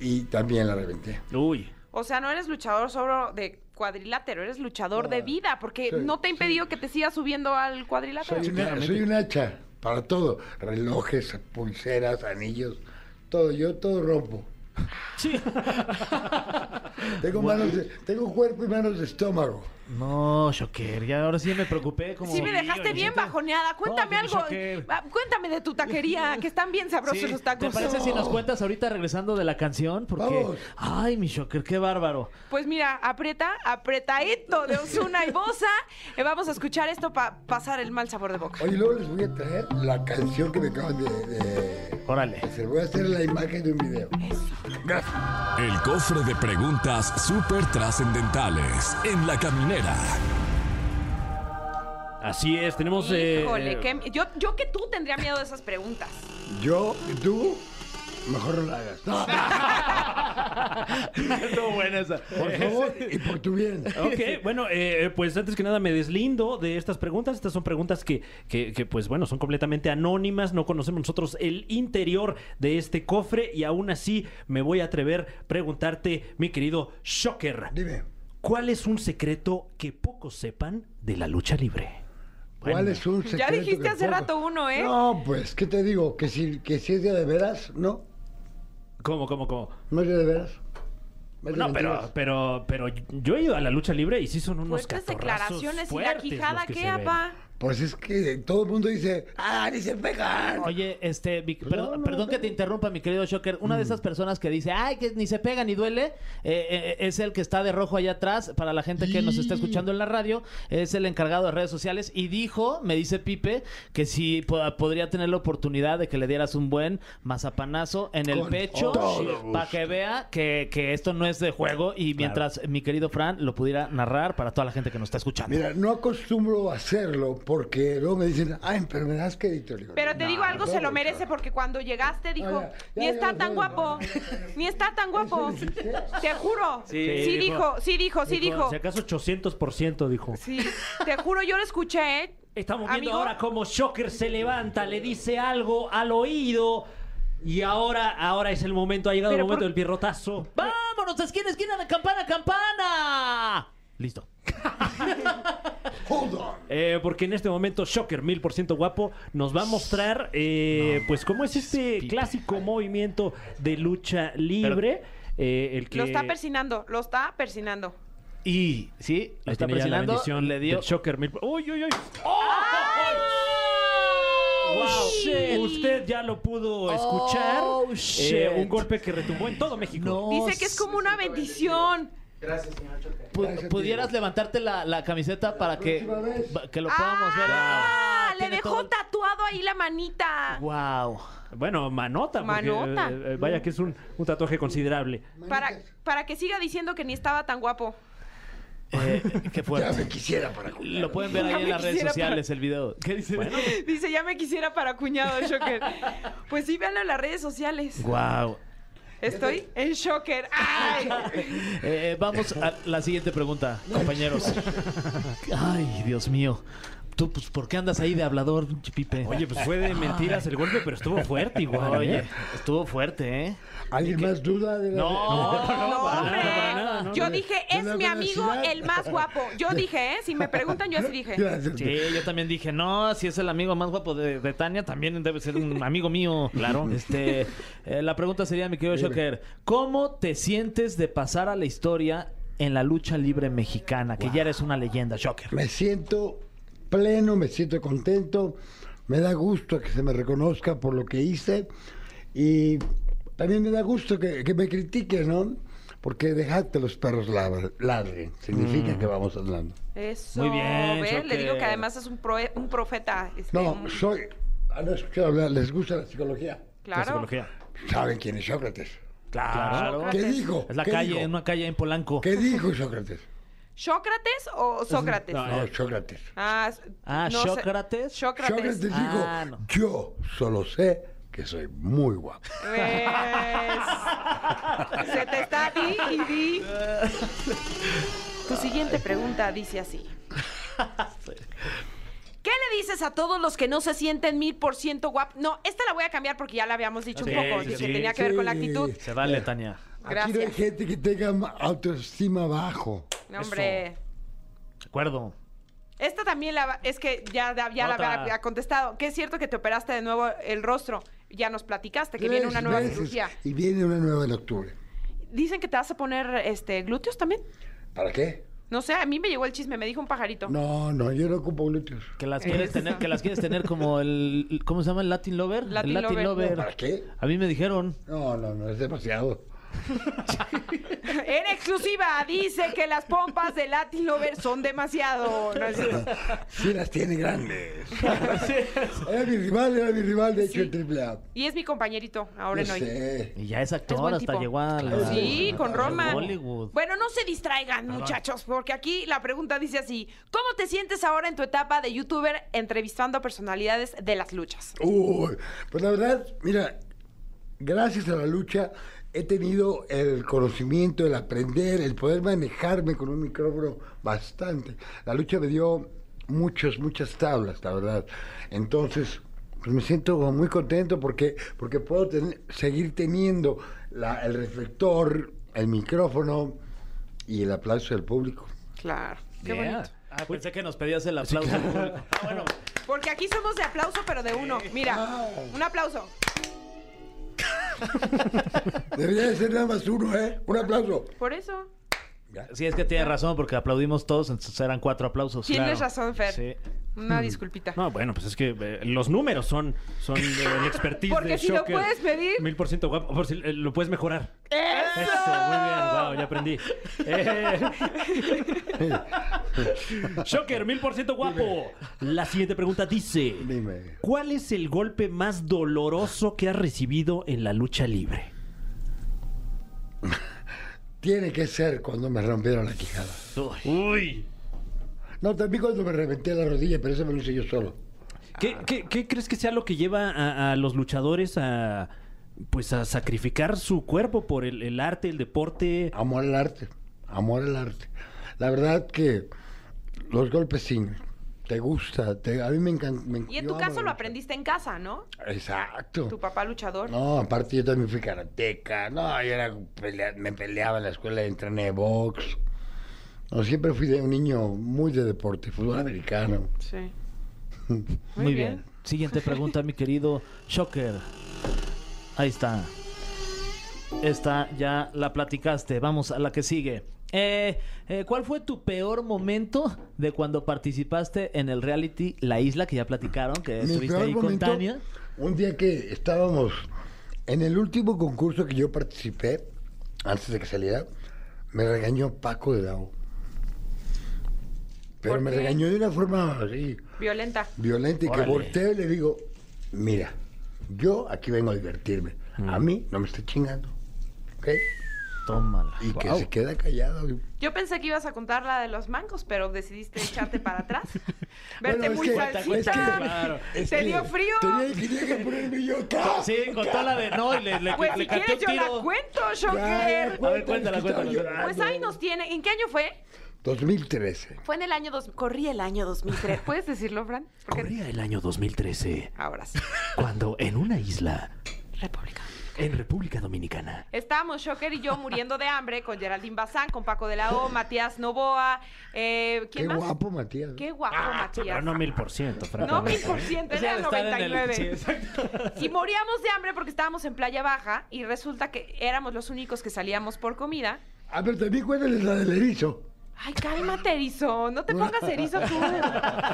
G: y también la reventé.
D: Uy.
B: O sea, no eres luchador solo de cuadrilátero, eres luchador de vida, porque
G: sí,
B: no te ha impedido que te sigas subiendo al cuadrilátero.
G: Soy, una- soy un hacha para todo. Relojes, pulseras, anillos, todo. Yo todo rompo. Tengo, manos de- tengo cuerpo y manos de estómago.
C: No, Shocker, ya ahora sí ya me preocupé. Como...
B: Sí, me dejaste bien bajoneada. Cuéntame
C: No,
B: algo.
C: Shocker.
B: Ah, Cuéntame de tu taquería, que están bien sabrosos
C: Sí.
B: los
C: ¿Te
B: tacos.
C: parece si nos cuentas ahorita regresando de la canción? Porque.
G: Vamos.
C: Ay, mi Shocker, qué bárbaro.
B: Pues mira, aprieta, apretadito de Osuna y Bosa. Eh, Vamos a escuchar esto para pasar el mal sabor de boca.
G: Oye, luego les voy a traer la canción que me acaban de... de
C: Órale.
G: hacer. voy a hacer la imagen de un video.
A: El cofre de preguntas súper trascendentales en la caminera.
D: Así es, tenemos. eh,
B: Híjole, que, yo, yo que tú tendría miedo de esas preguntas.
G: Yo, tú, mejor no la hagas. No,
C: Estuvo buena esa.
G: por favor, y por tu bien.
D: Ok, bueno, eh, pues antes que nada me deslindo de estas preguntas. Estas son preguntas que, que- que, pues bueno, son completamente anónimas. No conocemos nosotros el interior de este cofre y aún así me voy a atrever a preguntarte, mi querido Shocker,
G: Dime,
D: ¿cuál es un secreto que pocos sepan de la lucha libre?
G: ¿cuál es un secreto?
B: Ya dijiste
G: que
B: hace
G: pongo?
B: rato uno, ¿eh?
G: No, pues, ¿qué te digo? Que si, que si es día de veras, no.
D: ¿Cómo, cómo, cómo?
G: No es día de veras. Es de
D: No, pero,
G: mentiras.
D: pero, pero yo he ido a la lucha libre y sí son unos
B: Fuertes
D: catorrazos
B: declaraciones y la
D: fuertes los
B: quijada,
D: que
B: ¿qué,
D: se ven.
B: apa?
G: Pues es que todo el mundo dice, ¡ah, ni se pegan!
C: Oye, este, mi- perdón,
G: no,
C: perdón
G: no. Mm.
C: que te interrumpa, mi querido Shocker. Una de esas personas que dice, ay, que ni se pega ni duele, eh, eh, es el que está de rojo allá atrás. Para la gente que nos está escuchando en la radio, es el encargado de redes sociales. Y dijo, me dice Pipe, que sí po- podría tener la oportunidad de que le dieras un buen mazapanazo en el
G: Con
C: pecho
G: todo gusto.
C: para que vea que, que esto no es de juego. Y mientras mi querido Fran lo pudiera narrar para toda la gente que nos está escuchando.
G: Mira, no acostumbro a hacerlo porque luego me dicen, ¡ay, pero me das crédito! Le digo,
B: Pero te
G: "No,
B: digo algo,
G: no,
B: se lo
G: no".
B: merece porque cuando llegaste dijo,
G: ya, ya,
B: ni
G: ya
B: está
G: lo
B: tan
G: sé".
B: guapo, ni está tan guapo.
G: dijiste?
B: Te juro. Sí,
C: Sí,
B: dijo,
C: dijo.
B: sí dijo, sí dijo.
D: Si acaso 800% dijo.
B: Sí, te juro, yo lo escuché, ¿eh?
D: Estamos viendo
B: Amigo,
D: ahora cómo Shocker se levanta, le dice algo al oído y ahora, ahora es el momento, ha llegado el
B: Pero
D: momento
B: por-
D: del pierrotazo.
C: ¡Vámonos! ¡Esquina, esquina, de campana, campana! ¡Ah! Listo.
G: ¡Hold on!
D: Eh, porque en este momento Shocker, mil por ciento guapo, nos va a mostrar eh, pues cómo es este
C: Pipe.
D: clásico movimiento de lucha libre. eh, el que
B: Lo está persinando, lo está persinando.
C: Y sí, lo
D: Ahí
C: está
D: tiene ya la
C: presionando.
D: bendición
C: Le dio.
D: del Shocker mil. ¡Uy, uy, uy!
C: ¡Wow!
D: Wow.
B: shit.
D: Usted ya lo pudo escuchar.
C: Oh,
D: Eh,
C: shit.
D: un golpe que retumbó en todo México.
C: No.
B: Dice que es como una bendición.
C: Pu-
G: Gracias,
C: pudieras
G: tío.
C: levantarte la, la camiseta para que,
G: próxima vez.
C: pa- que lo podamos ver.
B: ¡Ah! Le
C: Tiene
B: dejó
C: todo-
B: tatuado ahí la manita.
C: Wow.
D: Bueno, manota. porque,
B: Manota.
D: eh, eh, vaya que es un, un tatuaje considerable.
B: Para, para que siga diciendo que ni estaba tan guapo.
C: Eh, qué
G: Ya
C: fuerte.
G: me quisiera para comer.
C: Lo pueden ver
B: Ya
C: ahí en
B: me
C: las redes
B: quisiera
C: sociales el video. ¿Qué dice?
B: Dice, ya me quisiera para cuñado, Shocker. Pues sí, véanlo en las redes sociales.
C: Wow.
B: Estoy en Shocker. ¡Ay!
C: Eh, vamos a la siguiente pregunta, compañeros. Ay, Dios mío. Tú, pues, ¿por qué andas ahí de hablador, pinche Pipe?
D: Oye, pues fue de mentiras el golpe, pero estuvo fuerte igual.
C: Oye,
D: ¿eh?
C: estuvo fuerte, ¿eh?
G: ¿Alguien más duda de la
C: No,
B: No, hombre.
D: para nada, no,
B: yo
G: no,
B: dije,
G: no
B: es
G: la
B: mi amigo
G: curiosidad.
B: el más guapo. Yo dije, ¿eh? Si me preguntan, yo así dije.
G: Gracias.
C: Sí, yo también dije, no, si es el amigo más guapo de, de Tania, también debe ser un amigo mío. Claro. Este, eh, la pregunta sería, mi querido Shocker, ¿cómo te sientes de pasar a la historia en la lucha libre mexicana? Que ya eres una leyenda, Shocker.
G: Me siento pleno, me siento contento, me da gusto que se me reconozca por lo que hice y también me da gusto que, que me critiquen, ¿no? Porque dejar que los perros labr- ladren significa
C: Mm.
G: que vamos hablando.
B: Eso.
C: Muy bien,
B: ¿ves? Le
C: Shocker.
B: digo que además es un, proe- un profeta. este,
G: No,
B: un-
G: soy... ¿Han escuchado hablar? ¿Les gusta la psicología?
D: La
B: Claro.
D: psicología.
G: ¿Saben quién es Sócrates?
C: Claro.
B: Sócrates.
G: ¿Qué dijo?
C: Es la
G: ¿Qué
C: calle,
G: dijo?
C: en una calle en Polanco.
G: ¿Qué dijo Sócrates?
B: ¿Sócrates o Sócrates?
C: No,
G: No, Sócrates.
B: Ah, s-
C: Ah,
B: no sé.
C: Sócrates.
B: Sócrates.
G: Sócrates dijo,
C: Ah, no.
G: yo solo sé que soy muy guapo.
B: Pues, Se te está di y di. Tu siguiente pregunta dice así. ¿Qué le dices a todos los que no se sienten mil por ciento guapos? No, esta la voy a cambiar porque ya la habíamos dicho
C: Sí,
B: un poco,
C: sí,
B: que
C: sí.
B: tenía que ver con la
G: Sí.
B: actitud.
C: Se vale, Tania.
G: Aquí no hay
B: Gracias.
G: gente que tenga autoestima bajo.
B: No, hombre.
C: De acuerdo.
B: Esta también la, va- es que ya, ya la
C: Otra.
B: había contestado. Que es cierto que te operaste de nuevo el rostro. Ya nos platicaste que viene
G: Tres
B: una nueva
G: veces,
B: cirugía.
G: Y viene una nueva en octubre.
B: Dicen que te vas a poner este glúteos también.
G: ¿Para qué?
B: No sé, a mí me llegó el chisme, me dijo un pajarito.
G: No, no, yo no ocupo glúteos.
C: Que las quieres tener, que las quieres tener como el ¿cómo se llama? el Latin Lover?
B: Latin
C: el Latin
B: Lover.
C: Lover.
G: ¿Para qué?
C: A mí me dijeron.
G: No, no, no, es demasiado.
B: En exclusiva dice que las pompas de Latin Lover son demasiado. No es cierto.
G: Sí las tiene grandes. Era mi rival, era mi rival, de hecho,
B: Sí.
G: en triple A.
B: Y es mi compañerito ahora en
G: No
B: hoy.
G: sé.
C: Y ya es
B: Es
C: actor,
B: buen
C: hasta
B: tipo.
C: llegó a la-
B: Sí,
C: a-
B: con
C: a
B: Roma.
C: Hollywood.
B: Bueno, no se distraigan, muchachos, porque aquí la pregunta dice así: ¿Cómo te sientes ahora en tu etapa de youtuber entrevistando a personalidades de las luchas?
G: Uy, pues la verdad, mira, gracias a la lucha he tenido el conocimiento, el aprender, el poder manejarme con un micrófono bastante. La lucha me dio muchas, muchas tablas, la verdad. Entonces, pues me siento como muy contento porque, porque puedo tener- seguir teniendo la- el reflector, el micrófono y el aplauso del público.
B: Claro. Qué
C: Yeah.
B: bonito.
C: Ah, pensé que nos pedías el aplauso. Ah, bueno.
B: Porque aquí somos de aplauso, pero de uno. Mira, un aplauso.
G: Debería de ser nada más uno, ¿eh? Un aplauso.
B: Por eso.
G: Ya.
C: Sí, es que tienes razón porque aplaudimos todos, entonces eran cuatro aplausos.
B: Tienes
C: claro.
B: razón, Fer.
C: Sí. Mm.
B: Una disculpita.
D: No, bueno, pues es que eh, los números son, son eh, el expertise
B: Porque
D: de
B: si lo
D: Shocker.
B: puedes medir-
D: Mil por ciento guapo. Por si eh, lo puedes mejorar.
B: ¡Eso!
D: Eso, muy bien, wow, ya aprendí. Eh, Shocker, mil por ciento guapo. La siguiente pregunta dice:
G: Dime.
D: ¿Cuál es el golpe más doloroso que has recibido en la lucha libre?
G: Tiene que ser cuando me rompieron la quijada.
D: Uy.
G: No, también cuando me reventé la rodilla, pero eso me lo hice yo solo.
D: ¿Qué, qué- qué crees que sea lo que lleva a, a los luchadores a pues a sacrificar su cuerpo por el, el arte, el deporte?
G: Amor al arte, amor al arte. La verdad que los golpes sí, te gusta, te- a mí me encanta.
B: Y en tu caso lo aprendiste en casa, ¿no?
G: Exacto.
B: Tu papá luchador.
G: No, aparte yo también fui karateca, no, yo era pelea- me peleaba en la escuela, entrené box. No, siempre fui de un niño muy de deporte, fútbol americano.
B: Sí.
C: Muy, bien. Siguiente pregunta, mi querido Shocker. Ahí está. Esta ya la platicaste. Vamos a la que sigue. Eh, eh, ¿Cuál fue tu peor momento de cuando participaste en el reality La Isla, que ya platicaron, que
G: Mi
C: estuviste
G: peor
C: ahí
G: momento,
C: con Tania?
G: Un día que estábamos en el último concurso que yo participé, antes de que saliera, me regañó Paco de Dao. Pero
B: ¿Por
G: me
B: qué?
G: regañó de una forma así
B: Violenta.
G: violenta y que
C: Órale.
G: volteo y le digo, mira, yo aquí vengo a divertirme. A mí no me está chingando. ¿ok?
C: Tómala.
G: Y que
C: Guau.
G: se queda callado. y-
B: Yo pensé que ibas a contar la de los mangos, pero decidiste echarte para atrás.
G: Bueno,
B: Verte
G: es
B: muy
G: que-
B: salsita.
G: es que-
C: Claro.
G: es
B: te
G: que
B: dio frío.
G: Tenía, tenía que ponerme yo acá.
C: Sí, contó la de no y le, le,
B: Pues
C: le
B: si
C: cantó
B: quieres yo la
C: tiro.
B: cuento,
G: Ya, ya,
B: Shocker.
C: ver, cuéntala,
G: es que estaba
C: cuéntala.
G: llorando.
B: Pues ahí nos tiene. ¿En qué año fue?
G: 2013.
B: Fue en el año dos, corría el año 2003. ¿Puedes decirlo, Fran? Porque-
D: Corría el año 2013,
B: Ahora sí.
D: cuando en una isla
B: República.
D: en República Dominicana.
B: Estábamos Shocker y yo muriendo de hambre con Geraldine Bazán, con Paco de la O, Matías Novoa. Eh,
G: Qué
B: ¿Quién más?
G: guapo, Matías.
B: Qué guapo,
D: Ah, Pero
B: Matías.
D: no mil por ciento,
B: No, mil
D: francamente.
B: por ciento,
C: O sea,
B: era el
C: de estar en el-
B: 99.
C: sí, exacto.
B: Y moríamos de hambre porque estábamos en Playa Baja y resulta que éramos los únicos que salíamos por comida.
G: A ver, también cuéntales la del erizo.
B: Ay, cálmate, erizo. No te pongas erizo tú.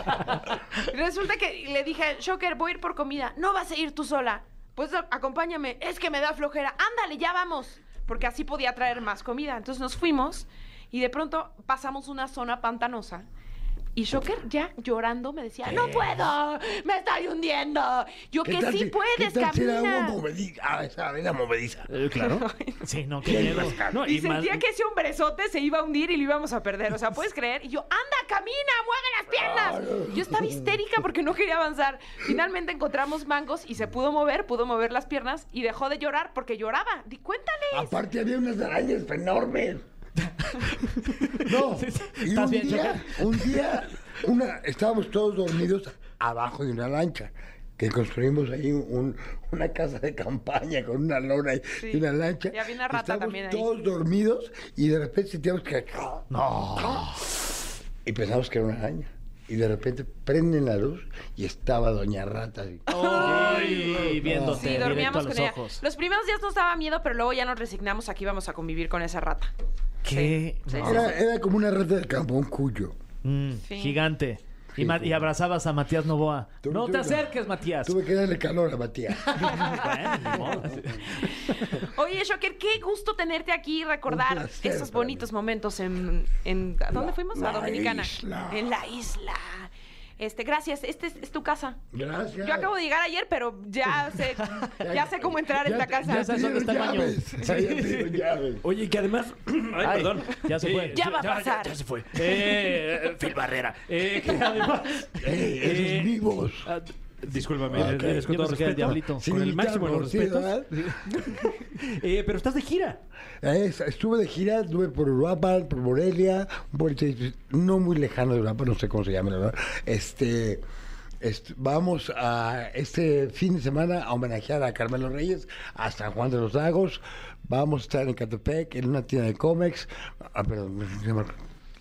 B: Resulta que le dije, Shocker, voy a ir por comida. No vas a ir tú sola. Pues a- acompáñame. Es que me da flojera. Ándale, ya vamos. Porque así podía traer más comida. Entonces nos fuimos y de pronto pasamos una zona pantanosa Y Shocker ya llorando me decía, no puedo, me estoy hundiendo. Yo que
G: tal
B: sí
G: si-
B: puedes,
G: ¿qué tal si era una
B: camina.
G: movediza? Ah, esa avena movediza.
D: claro.
C: Sí, no, qué miedo.
D: No,
B: Y,
D: y más-
B: sentía que ese hombrezote se iba a hundir y lo íbamos a perder. O sea, ¿puedes creer? Y yo, anda, camina, mueve las piernas. Yo estaba histérica porque no quería avanzar. Finalmente encontramos mangos y se pudo mover, pudo mover las piernas y dejó de llorar porque lloraba. Di,
C: Ah,
B: cuéntale.
C: pues,
G: Aparte había unas arañas enormes. No, y un
C: ¿Estás bien,
G: día, un día, una, estábamos todos dormidos abajo de una lancha, que construimos ahí un- una casa de campaña con una lona y,
B: Sí.
G: y una lancha.
B: Y había una rata
G: Estábamos
B: también ahí.
G: todos dormidos y de repente sentíamos que... No. Y pensamos que era una araña. Y de repente prenden la luz y estaba Doña Rata. así.
B: Oh.
C: Ay, viéndote
B: Sí,
C: directo a
B: dormíamos
C: los
B: con ella.
C: ojos.
B: Los primeros días nos daba miedo, pero luego ya nos resignamos a que íbamos a convivir con esa rata.
C: Qué
B: Sí, sí,
G: Era, era como una rata de campo, un cuyo.
C: Mm,
B: Sí.
C: gigante. Y, ma- y abrazabas a Matías Novoa.
G: Tú-
C: no
G: tú-
C: te acerques, Matías.
G: Tuve que darle calor a Matías.
C: Bueno, ni modo.
B: Oye, Shocker, qué gusto tenerte aquí y recordar
G: Un placer
B: esos
G: para
B: bonitos momentos en, en- ¿a ¿dónde fuimos? a
G: la
B: Dominicana.
G: isla.
B: En la isla. Este, gracias, este es, es tu casa.
G: Gracias.
B: Yo acabo de llegar ayer, pero ya sé, ya sé cómo entrar en
G: Ya
B: esta
G: te-
B: casa.
G: Ya sabes dónde está
C: el baño.
G: Ya te dieron llaves.
D: Oye, que además. Ay,
C: Ay,
D: perdón.
C: ya se fue.
B: Ya va a pasar.
D: Ya, se fue. Eh, Phil Barrera. Eh, que además.
G: Ey,
D: Eh,
G: esos vivos.
D: ah, discúlpame,
G: Ah, ok.
D: eres con
C: Yo
D: todo
C: pensé que era el diablito.
D: respeto.
G: Sí,
D: con el máximo de los
G: sí,
D: respetos.
G: ¿verdad?
D: Eh, pero estás de gira.
G: Es- estuve de gira, estuve por Uruapan, por Morelia, un pueblito no muy lejano de Uruapan, no sé cómo se llama, la verdad. Este, est- vamos a este fin de semana a homenajear a Carmelo Reyes, a San Juan de los Lagos. Vamos a estar en Catepec, en una tienda de cómics. Ah, perdón, se llama-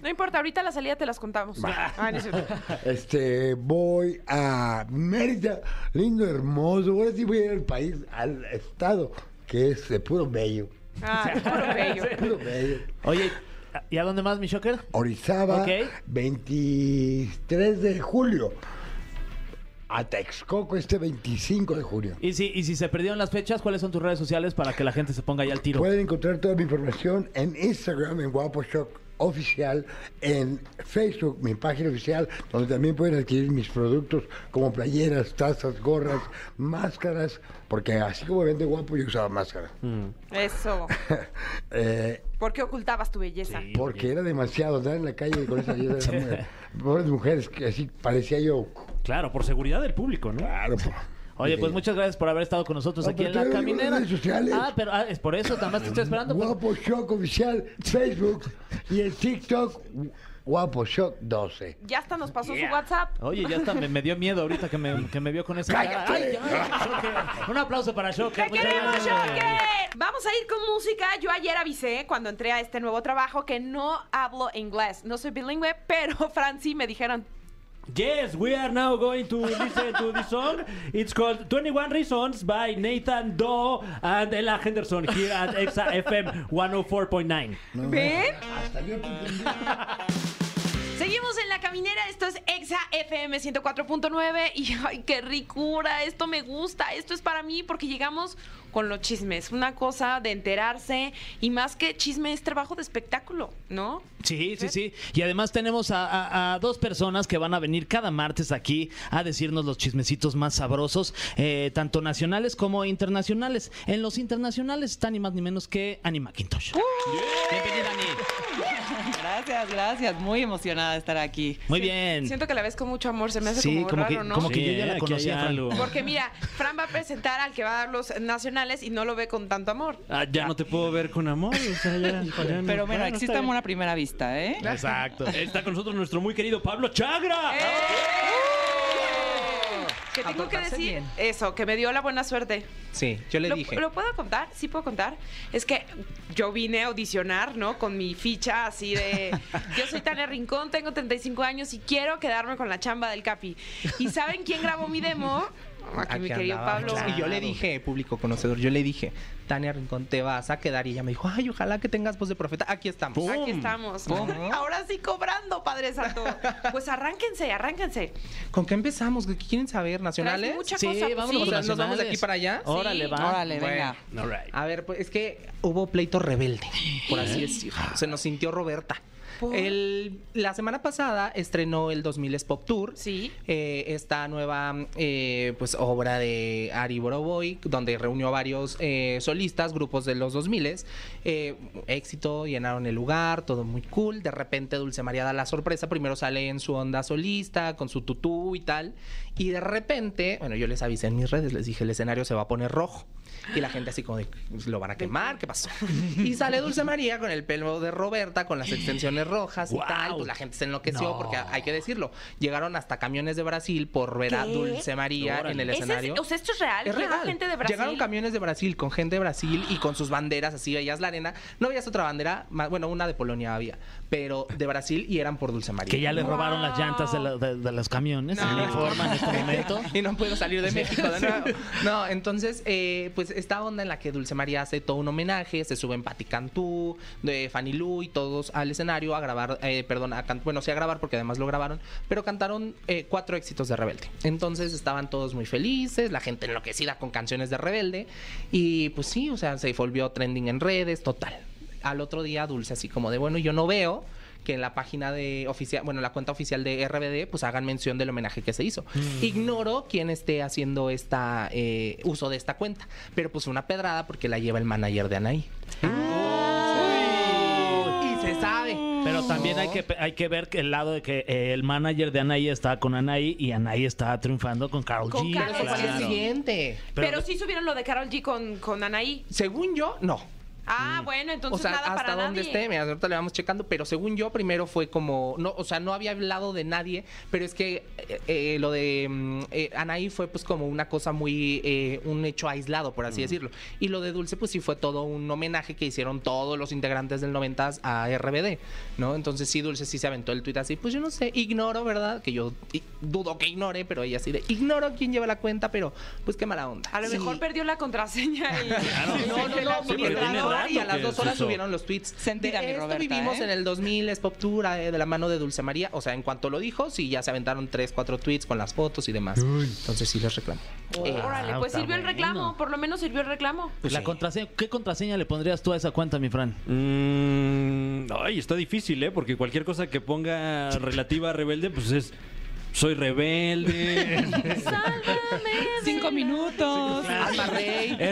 B: No importa, ahorita la salida te las contamos. Ah, no es cierto.
G: Este, voy a Mérida, lindo, hermoso. Ahora sí voy a ir al país, al estado, que es de puro bello.
B: Ah, puro bello.
G: Puro bello.
C: Oye, ¿y a dónde más, mi shocker?
G: Orizaba,
C: Ok.
G: 23 de julio. A Texcoco este 25 de junio.
C: Y si, y si se perdieron las fechas, ¿cuáles son tus redes sociales para que la gente se ponga ya al tiro?
G: Pueden encontrar toda mi información en Instagram, en Guapo Shock Oficial, en Facebook, mi página oficial, donde también pueden adquirir mis productos como playeras, tazas, gorras, máscaras, porque así como vende Guapo, yo usaba máscara.
C: Mm.
B: Eso.
G: Eh,
B: ¿Por qué ocultabas tu belleza?
G: porque era demasiado andar en la calle con esa belleza de mujer. Pobres mujeres que así parecía yo.
D: Claro, por seguridad del público, ¿no?
G: Claro, po.
C: Oye, pues muchas gracias por haber estado con nosotros
G: No,
C: aquí
G: pero
C: en la
G: todavía no digo
C: caminera.
G: redes sociales.
C: Ah, pero ah, es por eso, además te estoy esperando. pues.
G: Guapo Shock Oficial, Facebook y el TikTok Guapo Shock 12.
B: Ya hasta nos pasó su WhatsApp.
C: Oye, ya está, me, me dio miedo ahorita que me, que me vio con esa cara.
G: ¡Cállate!
C: Ay, ya, Shocker. Un aplauso para Shocker.
B: ¡Te
C: muchas
B: queremos,
C: gracias.
B: Joker! Vamos a ir con música. Yo ayer avisé cuando entré a este nuevo trabajo que no hablo inglés. No soy bilingüe, pero Fran sí me dijeron.
D: Yes, we are now going to listen to this song. It's called 21 Reasons by Nathan Doe and Ella Henderson here at EXA FM 104.9.
B: ¿Ven?
G: Hasta yo te entendí.
B: Seguimos en la caminera. Esto es Exa FM 104.9. Y ay, qué ricura. Esto me gusta. Esto es para mí porque llegamos con los chismes. Una cosa de enterarse. Y más que chisme es trabajo de espectáculo, ¿no?
C: Sí, sí, sí. Y además tenemos a, a- a dos personas que van a venir cada martes aquí a decirnos los chismecitos más sabrosos, eh, tanto nacionales como internacionales. En los internacionales está ni más ni menos que Annie McIntosh. Bienvenida, Annie.
H: Gracias, gracias. Muy emocionada de estar aquí.
C: Muy bien.
B: Siento que la ves con mucho amor. Se me hace como, raro,
C: que,
B: ¿no?
C: como que
D: Sí,
C: yo ya
D: eh,
C: la
D: aquí hay
C: conocía. Fran.
D: algo.
B: Porque mira, Fran va a presentar al que va a dar los nacionales y no lo ve con tanto amor.
D: Ah, ya no te puedo ver con amor. o sea, ya- ya no-
H: Pero bueno, existe
D: está
H: amor a primera vista, ¿eh?
C: Exacto.
D: bien. Está con nosotros nuestro muy querido Pablo Chagra.
B: Eh. Que
H: A
B: tengo que
H: portarse
B: decir
H: bien.
B: eso, que me dio la buena suerte.
H: Sí, yo le
B: ¿Lo,
H: dije.
B: lo puedo contar? Sí puedo contar. Es que yo vine a audicionar, ¿no? Con mi ficha así de... Yo soy Tania Rincón, tengo 35 años y quiero quedarme con la chamba del Capi. ¿Y saben quién grabó mi demo? Aquí, mi
H: Aquí
B: querido
H: andaba,
B: Pablo.
H: claro. Y yo le dije, público conocedor, yo le dije, Tania Rincón, te vas a quedar. Y ella me dijo, ay, ojalá que tengas voz de profeta. Aquí estamos.
B: Aquí estamos.
H: ¡Pum!
B: Ahora sí cobrando, Padre Santo. Pues arránquense, arránquense.
H: ¿Con qué empezamos? ¿Qué quieren saber? ¿Nacionales?
B: Traes mucha
C: Sí,
B: cosa.
C: vámonos
H: pues, O
C: con
H: sea, ¿Nos vamos de
C: nacionales.
H: aquí para allá?
C: Órale,
B: Sí.
C: va.
H: Órale, venga.
D: All right.
H: A ver, pues es que hubo pleito rebelde, por así decirlo. Se nos sintió Roberta.
B: ¿Eh? ¿Por?
H: El- la semana pasada estrenó el 2000 es Pop Tour.
B: Sí.
H: eh, esta nueva eh, pues obra de Ari Boroboy, donde reunió a varios eh, solistas, grupos de los 2000, eh, éxito, llenaron el lugar, todo muy cool, de repente Dulce María da la sorpresa, primero sale en su onda solista, con su tutú y tal, y de repente, bueno, yo les avisé en mis redes, les dije, el escenario se va a poner rojo. Y la gente así como de, "Pues, lo van a quemar, ¿qué pasó? Y sale Dulce María con el pelo de Roberta, con las extensiones rojas y tal. Pues la gente se enloqueció porque hay que decirlo. Llegaron hasta camiones de Brasil por ver a
B: ¿Qué?
H: Dulce María en el
B: Ese es-
H: escenario.
B: o sea, esto es real. Llega gente de Brasil.
H: Llegaron camiones de Brasil con gente de Brasil y con sus banderas así, veías la arena. No veías otra bandera, más, bueno, una de Polonia había, pero de Brasil y eran por Dulce María.
E: Que ya le
B: Wow.
E: robaron las llantas de, la- de- de los camiones, el uniforme en este momento.
H: y no puedo salir de México de nuevo. No, entonces, eh, pues esta onda en la que Dulce María hace todo un homenaje, se suben Pati Cantú, de Fanny Lu y todos al escenario a grabar, eh, perdón, a can- bueno, sí a grabar porque además lo grabaron, pero cantaron eh, cuatro éxitos de Rebelde. Entonces estaban todos muy felices, la gente enloquecida con canciones de Rebelde y pues sí, o sea, se volvió trending en redes, total. Al otro día Dulce así como de, bueno, yo no veo que en la página de oficial, bueno, la cuenta oficial de RBD, pues hagan mención del homenaje que se hizo. Ignoro quién esté haciendo esta eh, uso de esta cuenta, pero pues fue una pedrada porque la lleva el manager de Anaí. Y se sabe.
E: Pero también hay que, hay que ver que el lado de que eh, el manager de Anaí está con Anaí y Anaí está triunfando con Carol
B: Con
E: G.
B: Karol
H: Pero ¿cuál es el
B: Claro.
H: siguiente?
B: Pero,
E: Pero-
B: sí subieron lo de Carol G con, con Anaí.
H: Según yo, no.
B: Ah, bueno,
H: O
B: entonces
H: sea,
B: nada
H: hasta
B: para
H: donde
B: nadie.
H: esté, mira, ahorita le vamos checando, pero según yo primero fue como, no, o sea, no había hablado de nadie, pero es que eh, eh, lo de mm, eh, Anaí fue pues como una cosa muy, eh, un hecho aislado, por así decirlo. Y lo de Dulce pues sí fue todo un homenaje que hicieron todos los integrantes del 90 a RBD, ¿no? Entonces sí, Dulce sí se aventó el tuit así, pues yo no sé, ignoro, ¿verdad? Que yo i- dudo que ignore, pero ella sí de, ignoro quién lleva la cuenta, pero pues qué mala onda.
B: A lo
H: Sí.
B: mejor perdió la contraseña y...
H: No, no, no,
E: Sí,
H: porque
E: pero tiene
H: grabó
E: rato
H: y a las
E: que
H: dos
E: se
H: horas
E: hizo.
H: subieron los tweets.
I: Sentí
H: De
I: a mi
H: esto
I: Roberta,
H: vivimos
I: ¿eh?
H: en el 2000, es Poptura, eh, de la mano de Dulce María. O sea, en cuanto lo dijo, sí, ya se aventaron tres, cuatro tweets con las fotos y demás. Entonces sí les reclamo.
B: Órale, pues
E: está
B: sirvió el reclamo,
E: bueno.
B: por lo menos sirvió el reclamo.
E: La contraseña, ¿Qué contraseña le pondrías tú a esa cuenta, mi Fran?
D: Mm, ay, está difícil, ¿eh? Porque cualquier cosa que ponga relativa a rebelde, pues es. Soy rebelde.
B: Sálvame.
I: Cinco minutos.
H: Alma
E: Eh,
H: Rey.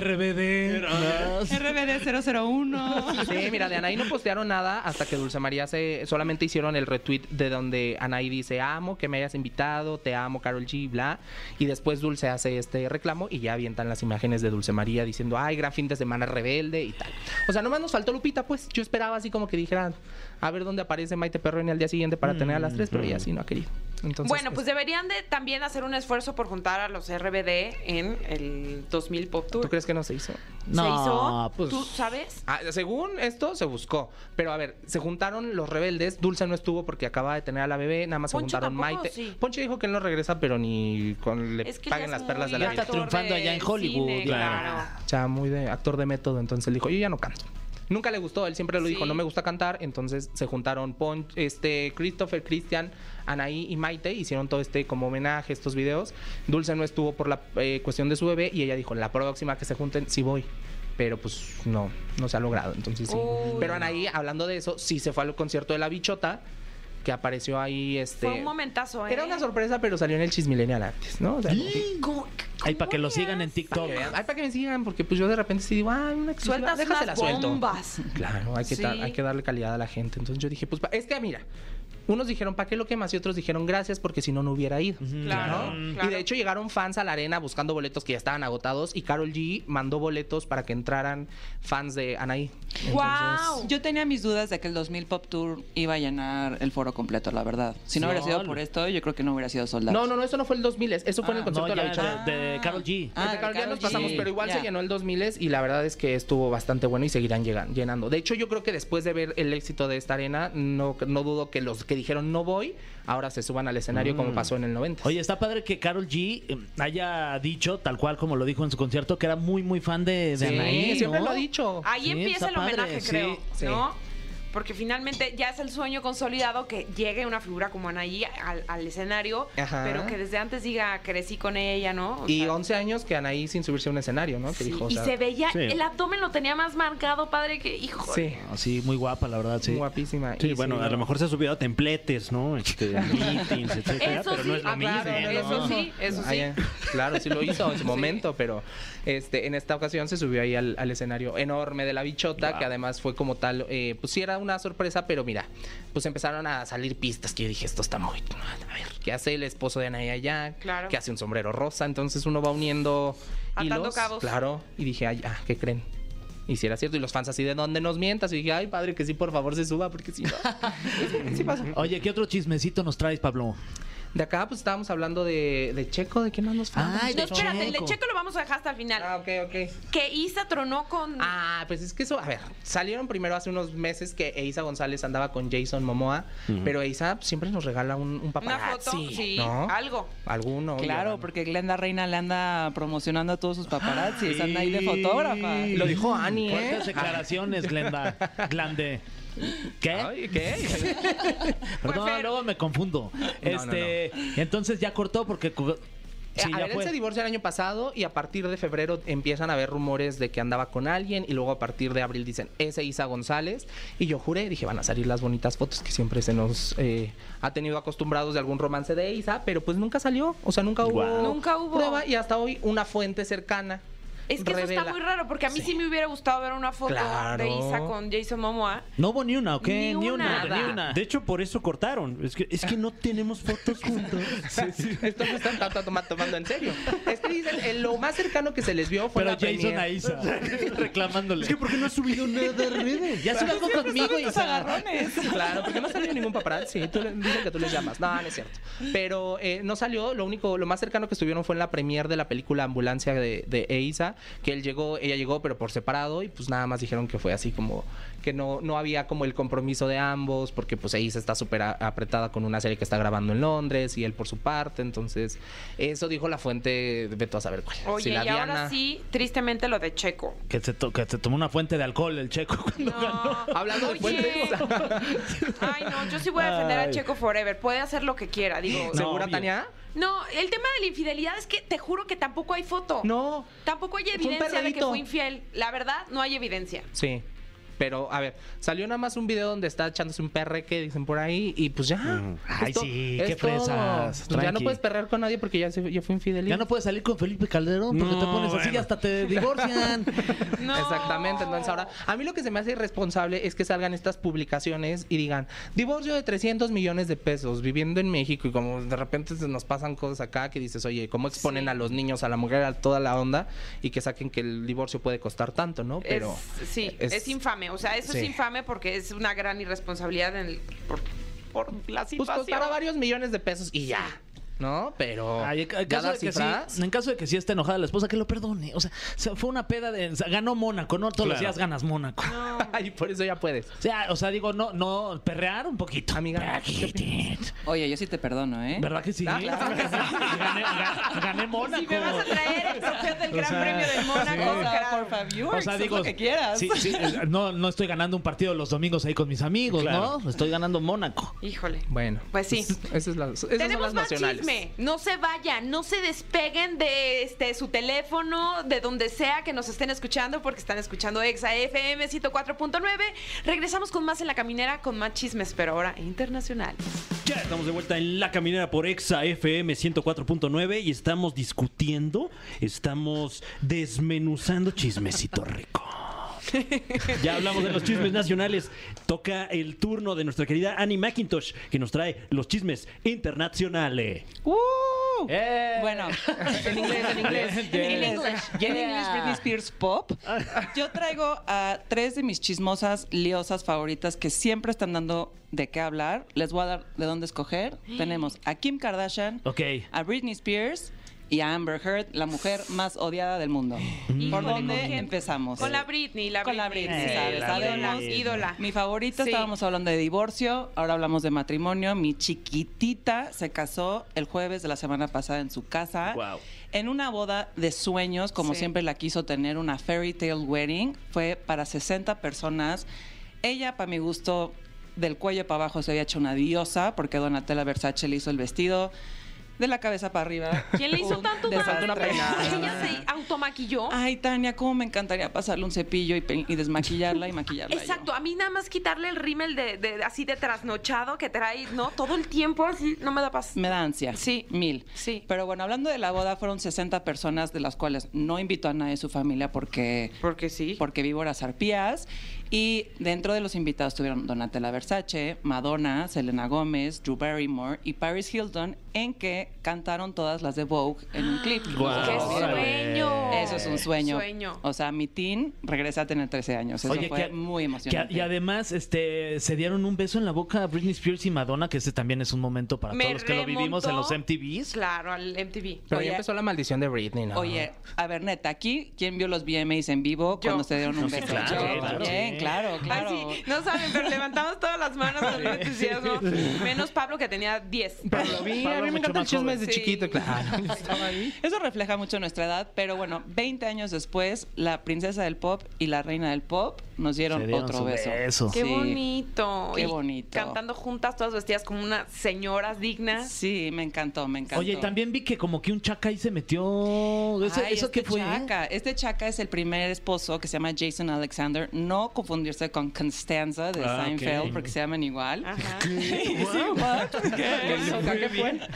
E: RBD.
I: RBD 001.
H: Sí, mira, de Anaí no postearon nada hasta que Dulce María se solamente hicieron el retweet de donde Anaí dice amo que me hayas invitado, te amo Carol G, bla. Y después Dulce hace este reclamo y ya avientan las imágenes de Dulce María diciendo ay gran fin de semana rebelde y tal. O sea, nomás nos faltó Lupita, pues. Yo esperaba así como que dijeran a ver dónde aparece Maite Perroni al día siguiente para tener a las tres, pero ella sí no ha querido. Entonces,
B: bueno, pues deberían de también hacer un esfuerzo por juntar a los RBD en el 2000 Pop Tour.
H: ¿tú crees que no se hizo?
E: No,
B: ¿Se hizo?
E: pues-
B: ¿Tú sabes?
H: Ah, según esto, se buscó. Pero a ver, se juntaron los rebeldes. Dulce no estuvo porque acaba de tener a la bebé. Nada más
B: Poncho
H: se juntaron
B: tampoco,
H: Maite.
B: sí.
H: Poncho dijo que él no regresa, pero ni con le
B: Es que ya
H: paguen
B: es
H: las perlas de
B: muy
H: la
E: vida. Ya
B: actor
E: está
H: vida.
E: triunfando
B: de
E: allá en Hollywood,
B: cine,
E: claro.
B: claro.
H: Ya, muy de actor de método. Entonces él dijo, yo ya no canto. Nunca le gustó, él siempre lo dijo,
B: Sí.
H: no me gusta cantar. Entonces se juntaron Pon, este, Christopher, Christian, Anaí y Maite. Hicieron todo este como homenaje, estos videos. Dulce no estuvo por la eh, cuestión de su bebé y ella dijo, la próxima que se junten, sí voy. Pero pues no, no se ha logrado. Entonces sí.
B: Uy,
H: Pero Anaí, hablando de eso, sí se fue al concierto de la bichota, que apareció ahí este.
B: Fue un momentazo, ¿eh?
H: Era una sorpresa, pero salió en el Chismilenial antes, ¿no? O sea, como que-
B: ¿Cómo-
E: Ahí para que
B: cómo
E: lo
B: le
E: sigan en
B: haces?
E: TikTok.
H: que vean. Ay, para que me sigan, porque pues yo de repente sí digo, ah, una exclusiva,
B: Sueltas
H: déjasela
B: unas
H: suelto.
B: bombas.
H: Claro, hay que, ta-
B: Sí.
H: hay que darle calidad a la gente. Entonces yo dije, pues pa- es que mira, unos dijeron, ¿para qué lo quemas? Y otros dijeron, gracias, porque si no, no hubiera ido.
B: Claro,
E: Mm,
H: ¿no?
B: claro.
H: Y de hecho llegaron fans a la arena buscando boletos que ya estaban agotados y Carol G mandó boletos para que entraran fans de Anaí.
B: ¡Guau!
I: Yo tenía mis dudas de que el 2000 Pop Tour iba a llenar el foro completo, la verdad. Si no hubiera sido por esto, yo creo que no hubiera sido soldado.
H: No, no, no, eso no fue el 2000, eso fue en el
E: Ah,
H: concierto
E: no,
H: de la
E: ya,
H: bichota.
E: de, de Karol G.
I: Ah,
H: Desde
I: de
H: Karol ya
I: Karol
H: nos
I: G.
H: pasamos, pero igual se
I: Ya.
H: llenó el 2000 y la verdad es que estuvo bastante bueno y seguirán llegan- llenando. De hecho, yo creo que después de ver el éxito de esta arena, no, no dudo que los que dijeron no voy, ahora se suban al escenario
E: Mm.
H: como pasó en el 90.
E: Oye, está padre que Carol G eh, haya dicho, tal cual como lo dijo en su concierto, que era muy, muy fan de, de
H: Sí,
E: Anaí. ¿no?
H: siempre lo ha dicho.
B: Ahí
E: Sí,
B: empieza
E: está
B: el
E: padre,
B: homenaje,
E: sí,
B: creo,
H: sí.
B: ¿no? porque finalmente ya es el sueño consolidado que llegue una figura como Anaí al, al escenario,
H: Ajá.
B: pero que desde antes diga, crecí con ella, ¿no? O
H: Y
B: sea,
H: 11 años que Anaí sin subirse a un escenario, ¿no? Que
B: sí,
H: dijo, o
B: y
H: sea,
B: se veía,
E: sí.
B: el abdomen lo tenía más marcado, padre, que hijo.
H: Sí,
E: Así, muy guapa, la verdad, sí.
H: guapísima.
D: Sí,
H: Y
D: bueno,
H: sí,
D: a
H: no.
D: lo mejor se ha subido a templetes, ¿no? Este, meetings, etcétera,
B: Eso
D: pero
B: sí,
D: no es lo
B: ah,
D: mismo.
B: claro,
H: ¿no?
B: eso sí, eso sí.
H: Ay, eh, claro, sí lo hizo en su
B: Sí.
H: momento, pero este, en esta ocasión se subió ahí al, al escenario enorme de la bichota, que además fue como tal, eh, pues sí era una sorpresa, pero mira, pues empezaron a salir pistas que yo dije, esto está muy... A ver, ¿qué hace el esposo de Anaya allá?
B: Claro.
H: ¿Qué hace un sombrero rosa? Entonces uno va uniendo...
B: Atando
H: hilos,
B: cabos.
H: Claro, y dije, ay, ah, ¿qué creen? Y si era cierto, y los fans así de dónde nos mientas. Y dije, ay, padre, que sí, por favor, se suba, porque si no. sí pasa.
E: Oye, ¿qué otro chismecito nos traes, Pablo?
H: De acá, pues estábamos hablando de, de Checo, de quién más nos falta.
E: Ay,
B: No,
E: de
B: espérate, el de
E: Checo.
B: Checo lo vamos a dejar hasta el final.
H: Ah, ok, ok.
B: Que Isa tronó con...
H: Ah, pues es que eso, a ver, salieron primero hace unos meses que Eiza González andaba con Jason Momoa, pero Eiza pues, siempre nos regala un, un
B: Una
H: paparazzi,
B: foto, sí,
H: ¿no?
B: algo.
H: Alguno. obvio,
I: Claro,
H: ¿no?
I: porque Glenda Reina le anda Ah, promocionando a todos sus paparazzis, anda ahí de fotógrafa.
H: Lo dijo Ani, ¿eh?
E: Fuertes declaraciones, Glenda. Glande. ¿Qué?
H: Ay, ¿qué?
E: Perdón,
B: Fue Fer.
E: luego me confundo. Este, entonces ya cortó porque cu- sí,
H: Eh, a
E: ya
H: ver, él
E: fue.
H: se divorció el año pasado y a partir de febrero empiezan a haber rumores de que andaba con alguien y luego a partir de abril dicen, ese Isa González. Y yo juré, dije, van a salir las bonitas fotos que siempre se nos eh, ha tenido acostumbrados de algún romance de Isa, pero pues nunca salió, o sea, nunca hubo,
E: Guau.
B: Nunca hubo.
H: prueba y hasta hoy una fuente cercana.
B: Es que eso está
H: revela.
B: muy raro, porque a mí sí, me hubiera gustado ver una foto
H: Claro.
B: de Isa con Jason Momoa.
E: No hubo ni una, ¿ok?
B: Ni
E: Ni, una,
B: una, nada.
E: ni una.
D: De hecho, por eso cortaron. Es que, es que no tenemos fotos juntos.
H: Esto no están tanto toma- tomando en serio. Es que dicen, eh, lo más cercano que se les vio fue
E: Pero
H: la
E: Jason
H: premier.
E: a Isa reclamándole.
D: Es que ¿por qué no ha subido nada a redes?
E: ya se bajó conmigo, Isa.
H: Claro, porque no salió ningún paparazzi. Tú le, dicen que tú les llamas. No, no es cierto. Pero eh, no salió. Lo único, lo más cercano que estuvieron fue en la premier de la película Ambulancia de, de Eiza, que él llegó, ella llegó, pero por separado y pues nada más dijeron que fue así como que no, no había como el compromiso de ambos, porque pues Eiza está súper a- apretada con una serie que está grabando en Londres y él por su parte. Entonces, eso dijo la fuente, vete a saber cuál.
B: Oye,
H: Si
B: y
H: la
B: ahora
H: Diana-
B: sí, tristemente lo de Checo.
E: Que se, to- que se tomó una fuente de alcohol el checo cuando ganó.
H: Hablando de
B: Oye.
H: fuentes.
B: Ay, no, yo sí voy a defender a
E: Ay.
B: Checo Forever. Puede hacer lo que quiera, digo. No.
H: ¿Segura,
E: obvio.
H: Tania?
B: el tema de la infidelidad es que te juro que tampoco hay foto.
H: No.
B: Tampoco hay
H: Fue un
B: evidencia de que
H: perreíto.
B: fue infiel. La verdad, no hay evidencia.
H: Sí. Pero, a ver, salió nada más un video donde está echándose un perre que dicen por ahí y pues ya.
E: Mm. Ay, sí, qué fresas,
H: todo. Pues ya no
E: tranqui.
H: puedes perrear con nadie porque ya, se- ya fue infidelidad.
E: Ya no puedes salir con Felipe Calderón porque
D: No,
E: te pones así y
D: bueno.
E: hasta te divorcian.
B: No.
H: Exactamente, entonces ahora a mí lo que se me hace irresponsable es que salgan estas publicaciones y digan divorcio de 300 millones de pesos viviendo en México y como de repente se nos pasan cosas acá que dices, oye, ¿cómo exponen
B: Sí.
H: a los niños, a la mujer, a toda la onda y que saquen que el divorcio puede costar tanto, ¿no? Pero
B: es, sí, es, infame. O sea, eso es
H: sí.
B: infame porque es una gran irresponsabilidad en el- por, por la
H: Pues
B: situación.
H: costará varios millones de pesos y ya. ¿No? Pero.
E: Ay, en, ca- en
H: ya
E: caso
H: dar
E: de que sí,
H: cifras.
E: en caso de que sí esté enojada la esposa, que lo perdone. O sea, se- fue una peda de. o sea, ganó Mónaco, no todos los
D: Claro.
E: días ganas Mónaco.
H: Ay, por eso ya puedes.
E: O sea, o sea, digo, no, no, perrear un poquito.
H: Amiga,
I: Oye, yo sí te perdono, ¿eh?
E: ¿Verdad que sí?
H: claro que
E: Gané, ga- gané Mónaco.
B: Si me vas a traer el trofeo del Gran Premio del Mónaco, carajo.
I: por favor,
E: O sea, digo,
I: lo que quieras.
E: sí, sí, eh, no, no estoy ganando un partido los domingos ahí con mis amigos,
D: Claro.
E: ¿no? Estoy ganando Mónaco.
B: Híjole.
H: Bueno.
B: Pues sí.
H: es- esas son las- esas son
B: Tenemos
H: las
B: más
H: nacionales.
B: chisme. No se vayan, no se despeguen de este su teléfono, de donde sea que nos estén escuchando, porque están escuchando Exa FM 104.9. Regresamos con más en la caminera, con más chismes, pero ahora internacional.
D: Ya estamos de vuelta en La Caminera por Exa FM 104.9 y estamos discutiendo, estamos desmenuzando chismecito rico. Ya hablamos de los chismes nacionales. Toca el turno de nuestra querida Annie McIntosh, que nos trae los chismes internacionales.
E: Eh,
I: Bueno,
H: En inglés, en inglés.
I: en
E: yeah.
I: inglés, en inglés Britney Spears Pop. Yo traigo a tres de mis chismosas liosas favoritas que siempre están dando de qué hablar. Les voy a dar de dónde escoger. Tenemos a Kim Kardashian,
E: Ok.
I: a Britney Spears y a Amber Heard, la mujer más odiada del mundo. ¿Por
B: Híjole,
I: dónde
B: ¿con quién?
I: empezamos?
B: Con la Britney, la
I: Con la Britney, ¿sabes?
B: ídola,
I: Sabemos.
B: ídola.
I: Mi favorita,
B: Sí.
I: estábamos hablando de divorcio, ahora hablamos de matrimonio. Mi chiquitita se casó el jueves de la semana pasada en su casa.
E: Wow.
I: En una boda de sueños, como
B: Sí.
I: siempre la quiso tener, una fairy tale wedding. Fue para 60 personas. Ella, para mi gusto, del cuello para abajo se había hecho una diosa porque Donatella Versace le hizo el vestido. De la cabeza para arriba.
B: ¿Quién le hizo
I: un
B: tanto daño?
I: desastre.
B: Ella ah, se automaquilló.
I: Ay, Tania, cómo me encantaría pasarle un cepillo y, pe- y desmaquillarla y maquillarla. yo.
B: Exacto, a mí nada más quitarle el rímel de, de- así de trasnochado que trae, ¿no? Todo el tiempo así, no me da paz.
I: Me da ansia.
B: Sí.
I: Mil.
B: Sí.
I: Pero bueno, hablando de la boda, fueron 60 personas, de las cuales no invitó a nadie de su familia porque.
B: Porque sí.
I: Porque víboras arpías. Y dentro de los invitados estuvieron Donatella Versace, Madonna, Selena Gómez, Drew Barrymore y Paris Hilton, en que cantaron todas las de Vogue en un clip.
E: Guau.
B: ¡Qué
E: Órale.
B: sueño!
I: Eso es un pues, sueño.
B: Sueño.
I: O sea, mi teen regresa a tener 13 años. Eso fue
E: que-
I: muy
E: que-
I: emocionante.
E: y además, este, se dieron un beso en la boca a Britney Spears y Madonna, que ese también es un momento para
B: Me
E: todos los que lo vivimos en los
B: remontó.
E: MTVs.
B: Claro, al MTV.
H: Pero
I: Oye,
H: ya empezó la maldición de Britney, ¿no?
I: Oye, a ver, neta, aquí, ¿quién vio los VMAs en vivo
B: Yo.
I: cuando se dieron un
E: sí,
I: beso?
E: claro,
I: Yo
E: claro,
I: también,
E: Ah, sí.
I: claro, claro.
B: Ay, sí, no saben, pero levantamos todas las manos con un entusiasmo. Menos Pablo, que tenía 10.
H: Pablo, vi, a
E: Pablo
H: mí
E: mucho
H: me encanta el
E: más
H: chisme
E: joven.
H: desde
B: Sí.
H: chiquito, claro. Yo estaba ahí.
I: Eso refleja mucho nuestra edad, pero bueno, 20 años después, la princesa del pop y la reina del pop nos dieron,
E: Se dieron
I: otro
E: su
I: beso.
E: beso.
B: Qué
I: Sí.
B: bonito.
I: Qué
B: Y
I: bonito.
B: Cantando juntas, todas vestidas como unas señoras dignas.
I: Sí, me encantó, me encantó.
E: Oye, y también vi que como que un chaca ahí se metió. ¿Eso,
I: Ay,
E: eso
I: este
E: qué fue?
I: Chaca. Este Chaca es el primer esposo que se llama Jason Alexander. No confundirse con Constanza de
E: Ah, ok.
I: Seinfeld, porque se llaman igual.
B: Ajá.
I: Sí, what? ¿Qué fue?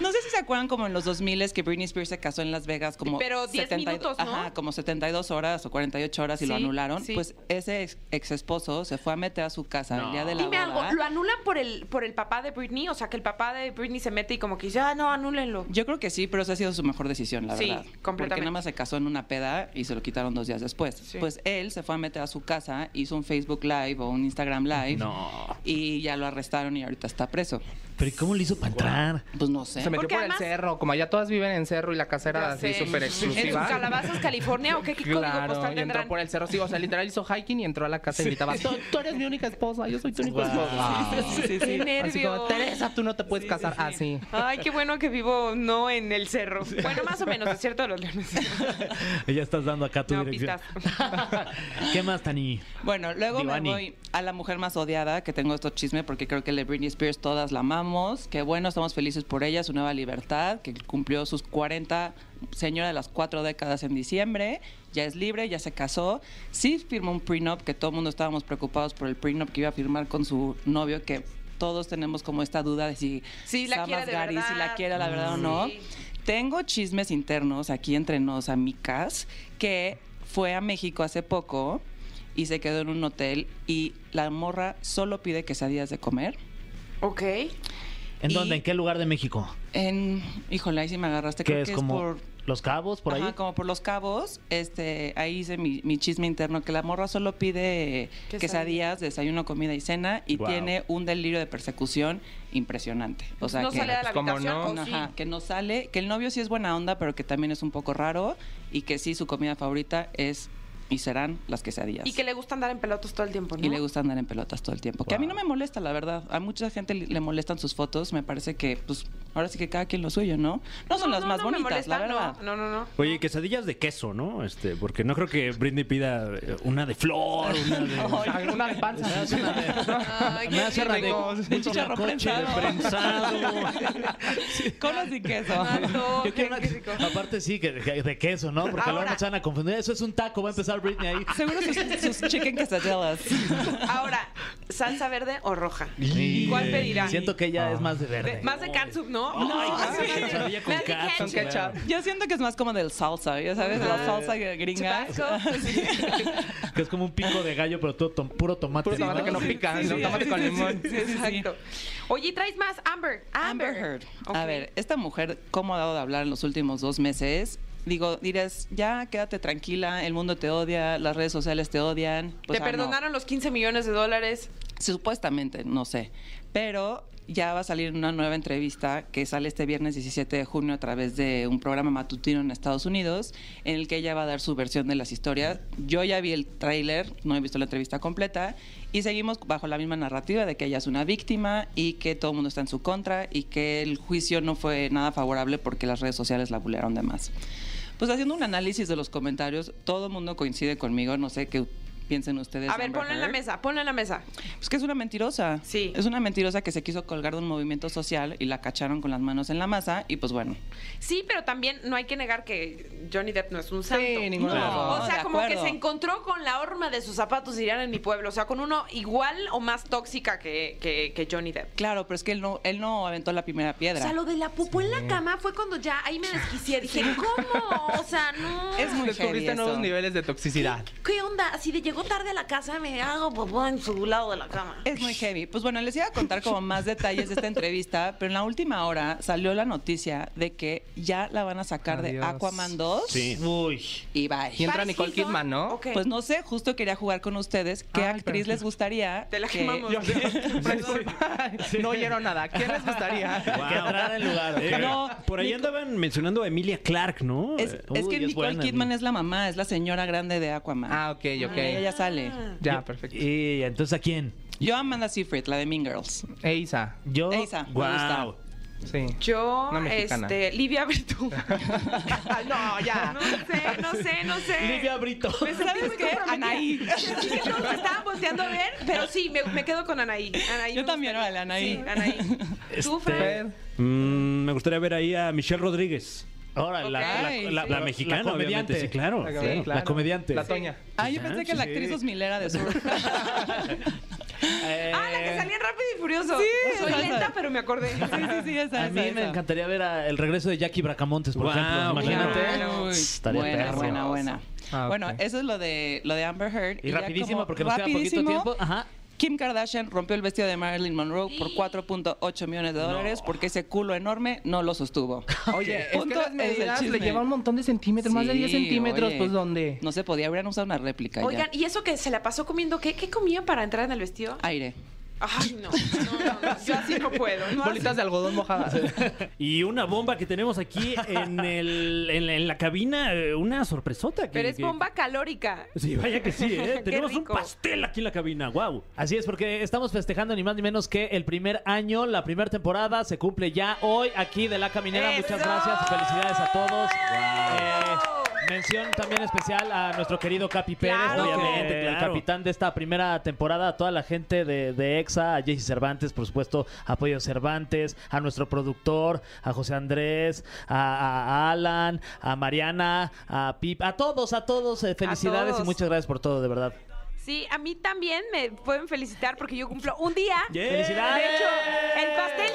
I: No sé si se acuerdan como en los 2000 que Britney Spears se casó en Las Vegas como
B: Pero 10 minutos, ¿no?
I: ajá, como 72 horas o 48 horas y lo
B: Sí,
I: anularon.
B: sí.
I: Pues ese ex, esposo se fue a meter a su casa el día de la
B: Dime
I: boda.
B: algo, ¿lo anulan por el, por el papá de Britney? O sea, que el papá de Britney se mete y como que dice, ah, no, anúlenlo.
I: Yo creo que sí, pero esa ha sido su mejor decisión, la
B: Sí,
I: verdad. Porque
B: completamente.
I: nada más se casó en una peda y se lo quitaron dos días después.
B: Sí.
I: Pues él se fue a meter a su casa, hizo un Facebook Live o un Instagram Live.
E: No.
I: Y ya lo arrestaron y ahorita está preso.
E: Pero ¿y cómo le hizo para entrar?
I: Pues no sé.
H: Se metió
B: Porque
H: por
B: además-
H: el cerro, como allá todas viven en cerro y la casa era
B: Ya
H: así
B: sé.
H: súper
B: ¿En sus
H: exclusiva.
B: calabazas, California o qué, qué código
H: Claro, y
B: postal
H: entró
B: tendrán?
H: por el cerro, sí, o sea, literal hizo hiking y entró a la casa y gritaba, tú, tú eres mi única esposa, yo soy tu única esposa.
I: Sí,
B: Qué
I: sí.
H: Así
B: nervio.
H: como, Teresa, tú no te puedes casar Ah, así.
B: Ay, qué bueno que vivo no en el cerro. Bueno, más o menos, es cierto de los leones.
E: Ya estás dando acá tu
B: No,
E: dirección.
B: pistazo.
E: ¿Qué más, Tani?
I: Bueno, luego
E: Divani.
I: me voy a la mujer más odiada, que tengo estos chisme porque creo que la Britney Spears todas la amamos. Que bueno, estamos felices por ella, su nueva libertad, que cumplió sus 40, señora de las cuatro décadas en diciembre. Ya es libre, ya se casó. Sí firmó un prenup, que todo el mundo estábamos preocupados por el prenup que iba a firmar con su novio, que todos tenemos como esta duda de si
B: Sí, la quiere de
I: Samasgari, si
B: verdad.
I: la quiere la verdad o no.
B: Sí.
I: Tengo chismes internos aquí entre nos, amigas, que fue a México hace poco y se quedó en un hotel y la morra solo pide quesadillas de comer.
B: ok.
E: ¿En
I: Y-
E: dónde? ¿En qué lugar de México?
I: En, híjole, ahí sí me agarraste,
E: ¿Qué
I: creo
E: es
I: que
E: como
I: es por...
E: los cabos por
I: Ajá,
E: ahí?
I: como por los cabos, este, ahí hice mi, mi chisme interno, que la morra solo pide
B: Quesadillas.
I: quesadillas, desayuno, comida y cena, y
E: Guau.
I: tiene un delirio de persecución impresionante. O sea,
B: no
I: que,
B: sale de la
H: pues, ¿cómo
B: habitación.
H: no?
B: ¿o sí?
I: Ajá, que no sale, que el novio sí es buena onda, pero que también es un poco raro y que sí su comida favorita es y serán las quesadillas.
B: Y que le gusta andar en pelotas todo el tiempo, ¿no?
I: Y le gusta andar en pelotas todo el tiempo. Que a mí no me molesta, la verdad. A mucha gente le- le molestan sus fotos. Me parece que, pues, ahora sí que cada quien lo suyo, ¿no? No son las más
B: me
I: bonitas, la
B: molesta,
I: verdad.
B: No, no, no. no.
D: Oye, quesadillas de queso, ¿no? Este, porque no creo que Britney pida eh, una de flor, una de.
H: Una de panza.
B: Ay, qué
E: Me hace
B: rico.
E: de un
I: chicharrón
E: coche de
I: prensado.
E: prensado.
I: Colas y queso.
B: Me antoja,
E: Yo quiero una-
B: qué rico.
E: Aparte sí, que que- de queso, ¿no? Porque luego
B: Ahora.
E: nos van a confundir. Eso es un taco, va a empezar Britney ahí.
I: Seguro sus, sus chicken quesadillas.
B: Ahora, ¿salsa verde o roja? ¿Cuál pedirá?
E: Siento que ella es más de verde.
B: De- más de catsup, ¿no? No, más de-
E: quesadilla con
B: más de
E: catsup.
B: ketchup.
I: Yo siento que es más como del salsa, ya sabes, la
B: Ajá.
I: salsa gringa.
B: Tabasco.
E: Que es como un pico de gallo, pero todo tom- puro tomate.
H: Puro
E: ¿no?
H: tomate que no pica,
I: sí,
H: ¿no?
I: sí,
H: tomate
I: sí,
H: con
I: sí,
H: limón.
I: sí, sí, sí.
B: Exacto. Oye, traes más Amber. Amber,
I: Amber Heard.
B: Ok.
I: A ver, esta mujer, ¿cómo ha dado de hablar en los últimos dos meses? Digo, dirás, ya quédate tranquila, el mundo te odia, las redes sociales te odian. Pues,
B: Te
I: ah, no.
B: perdonaron los 15 millones de dólares.
I: Supuestamente, no sé. Pero ya va a salir una nueva entrevista que sale este viernes 17 de junio a través de un programa matutino en Estados Unidos, en el que ella va a dar su versión de las historias. Yo ya vi el tráiler, no he visto la entrevista completa, y seguimos bajo la misma narrativa de que ella es una víctima y que todo el mundo está en su contra y que el juicio no fue nada favorable porque las redes sociales la bulearon de más. Pues haciendo un análisis de los comentarios, todo el mundo coincide conmigo, no sé qué piensen ustedes.
B: A ver,
I: Amber
B: ponlo en la
I: Heard?
B: mesa, ponlo en la mesa.
I: Pues que es una mentirosa.
B: Sí.
I: Es una mentirosa que se quiso colgar de un movimiento social y la cacharon con las manos en la masa y pues bueno.
B: Sí, pero también no hay que negar que Johnny Depp no es un santo.
H: ninguno
I: de
B: No,
I: los dos.
B: O sea,
I: De
B: como que
I: acuerdo.
B: se encontró con la horma de sus zapatos, dirían en mi pueblo. O sea, con uno igual o más tóxica que, que- que Johnny Depp.
I: Claro, pero es que él no, él no aventó la primera
B: O
I: piedra.
B: sea, lo de la popó en la cama fue cuando ya ahí me desquicié. Dije, ¿cómo? O sea, no.
I: Es muy heavy
H: Descubriste
I: eso.
H: nuevos niveles de toxicidad.
B: ¿Qué onda? Así de llegó tarde a la casa, me hago popó en su lado de la cama.
I: Es muy heavy. Pues bueno, les iba a contar como más detalles de esta entrevista, pero en la última hora salió la noticia de que ya la van a sacar de
H: Adiós.
I: Aquaman 2
C: Sí.
I: y bye.
H: Y entra Nicole
B: Hilton?
H: Kidman, ¿no?
B: Ok.
I: Pues no sé, justo quería jugar con ustedes. ¿Qué
H: Ay,
I: actriz
H: pero-
I: les gustaría?
B: Te la
I: que-
B: quemamos.
H: Yo- Una disculpa. No oyeron nada. ¿Quién les gustaría?
C: el lugar.
D: Eh,
I: No,
D: por ahí andaban mencionando a Emilia Clark, ¿no?
I: Es,
D: Eh,
I: es
C: Uy,
I: que
C: es
I: Nicole
C: buena,
I: Kidman
C: Nick.
I: es la mamá, es la señora grande de Aquaman.
H: Ah, ok,
I: Ella ya
H: ok.
I: sale.
H: Ya, perfecto.
C: Y
D: Eh,
C: entonces a quién?
I: Yo Amanda Seyfried, la de Mean Girls.
H: E Isa.
C: Yo.
I: Esa, me
C: Guau.
I: gusta.
H: Sí.
B: Yo,
H: Una mexicana.
B: este, Livia Virtu.
H: Ay, no, ya.
B: No sé, no sé, no sé.
C: Livia Brito.
B: Me sentí
I: ¿Sabes
B: muy
I: qué?
B: comprometida.
I: Anaí.
B: Sentí que todos me estaban volteando a ver, pero sí, me, me quedo con Anaí. Anaí
I: Yo
B: me
I: también,
B: gustaría.
I: órale, Anaí.
B: Sí, Anaí. ¿Tú, Fran?
H: Fer,
D: mm, me gustaría ver ahí a Michelle Rodríguez.
C: Ahora, la, la-
I: Ok.
C: la-
D: La mexicana,
C: la
D: obviamente. Sí, claro.
H: la-
B: Sí,
H: claro.
C: la comediante.
H: La Toña.
I: Ah, yo pensé que la
C: sí.
I: actriz Osmilera de Sur.
C: Eh,
B: Ah, la que salía en Rápido y Furioso. Soy
I: esa.
B: lenta, pero me acordé.
I: sí, sí, sí, esa,
C: A
I: esa,
C: mí me
I: esa.
C: encantaría ver a- el regreso de Jackie Bracamontes, por
D: Guau,
C: ejemplo. Imagínate.
I: Claro.
B: Uy,
C: Estaría
I: buena,
C: perro.
I: buena, buena.
H: Ah, ok.
I: Bueno, eso es lo de lo de Amber Heard.
C: Y
I: ya
C: rapidísimo,
I: como-
C: porque nos queda poquito
I: rapidísimo,
C: tiempo. Ajá.
I: Kim Kardashian rompió el vestido de Marilyn Monroe por 4.8 millones de dólares porque ese culo enorme no lo sostuvo.
H: Oye, es que
I: Punto
H: las
I: es el
H: medidas le
I: chisme.
H: lleva un montón de centímetros, más de
I: Sí,
H: 10 centímetros,
I: oye.
H: pues ¿dónde?
I: No se podía, habrían usado una réplica ya.
B: Oigan, ¿y eso que se la pasó comiendo? ¿Qué, ¿Qué comía para entrar en el vestido?
I: Aire.
B: Ay, no. No, no, no. Yo así no puedo. No, así-
H: Bolitas de algodón mojadas.
D: Y una bomba que tenemos aquí en, el, en, la- en la cabina, eh, una sorpresota. Que,
B: Pero es
D: que-
B: bomba calórica.
D: Sí, vaya que sí, ¿eh?
B: Qué
D: tenemos un
B: rico.
D: pastel aquí en la cabina, wow.
C: Así es, porque estamos festejando ni más ni menos que el primer año, la primera temporada, se cumple ya hoy aquí de La Caminera.
B: ¡Eso!
C: Muchas gracias y felicidades a todos. Eh, mención también especial a nuestro querido Capi Pérez, ¿no?
B: Claro.
D: Obviamente,
C: Que,
D: claro.
C: el capitán de esta primera temporada, a toda la gente de, de EXA, a Jesse Cervantes, por supuesto, apoyo Cervantes, a nuestro productor, a José Andrés, a, a Alan, a Mariana, a Pip, a todos, a todos, eh, felicidades
B: todos.
C: y muchas gracias por todo, de verdad.
B: Sí, a mí también me pueden felicitar porque yo cumplo un día.
D: Yeah.
B: De
C: ¡Felicidades!
B: hecho, el pastel,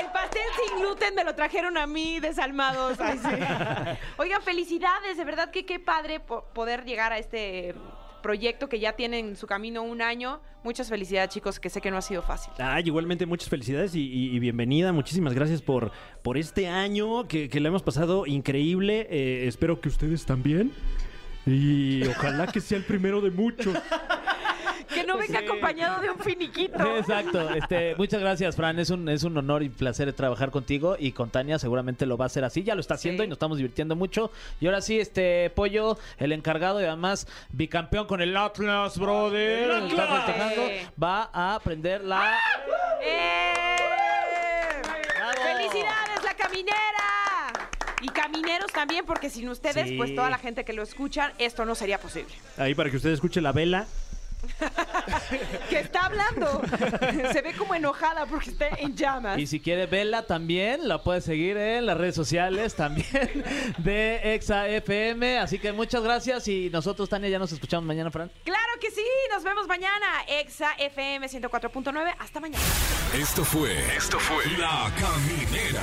B: el pastel sin gluten me lo trajeron a mí desalmados. Ay, sí. Oigan, felicidades, de verdad que qué padre po- poder llegar a este proyecto que ya tiene en su camino un año. Muchas felicidades, chicos, que sé que no ha sido fácil.
D: Ay, igualmente muchas felicidades y, y- y bienvenida. Muchísimas gracias por, por este año que, que lo hemos pasado increíble. Eh, espero que ustedes también. Y ojalá que sea el primero de muchos.
B: Que no
D: Pues
B: venga acompañado de un finiquito.
C: Sí, exacto. Este, muchas gracias, Fran. Es un, es un honor y placer trabajar contigo y con Tania. Seguramente lo va a hacer así. Ya lo está haciendo y
B: Sí.
C: nos estamos divirtiendo mucho. Y ahora sí, este Pollo, el encargado y además bicampeón con el Atlas, brother.
B: ¡El
C: Está
B: Atlas!
C: festejando.
B: Sí.
C: Va a prender la.
B: ¡Eh!
C: ¡Bravo!
B: ¡Felicidades, la caminera! Y camineros también, porque sin ustedes,
C: Sí.
B: pues toda la gente que lo escucha, esto no sería posible.
D: Ahí para que usted escuche la vela.
B: que está hablando. Se ve como enojada porque está en llamas.
C: Y si quiere verla también, la puede seguir en las redes sociales también de Exa FM. Así que muchas gracias y nosotros, Tania, ya nos escuchamos mañana, Fran.
B: Claro que sí, nos vemos mañana. Exa FM 104.9. Hasta mañana.
A: Esto fue. Esto fue. La Caminera.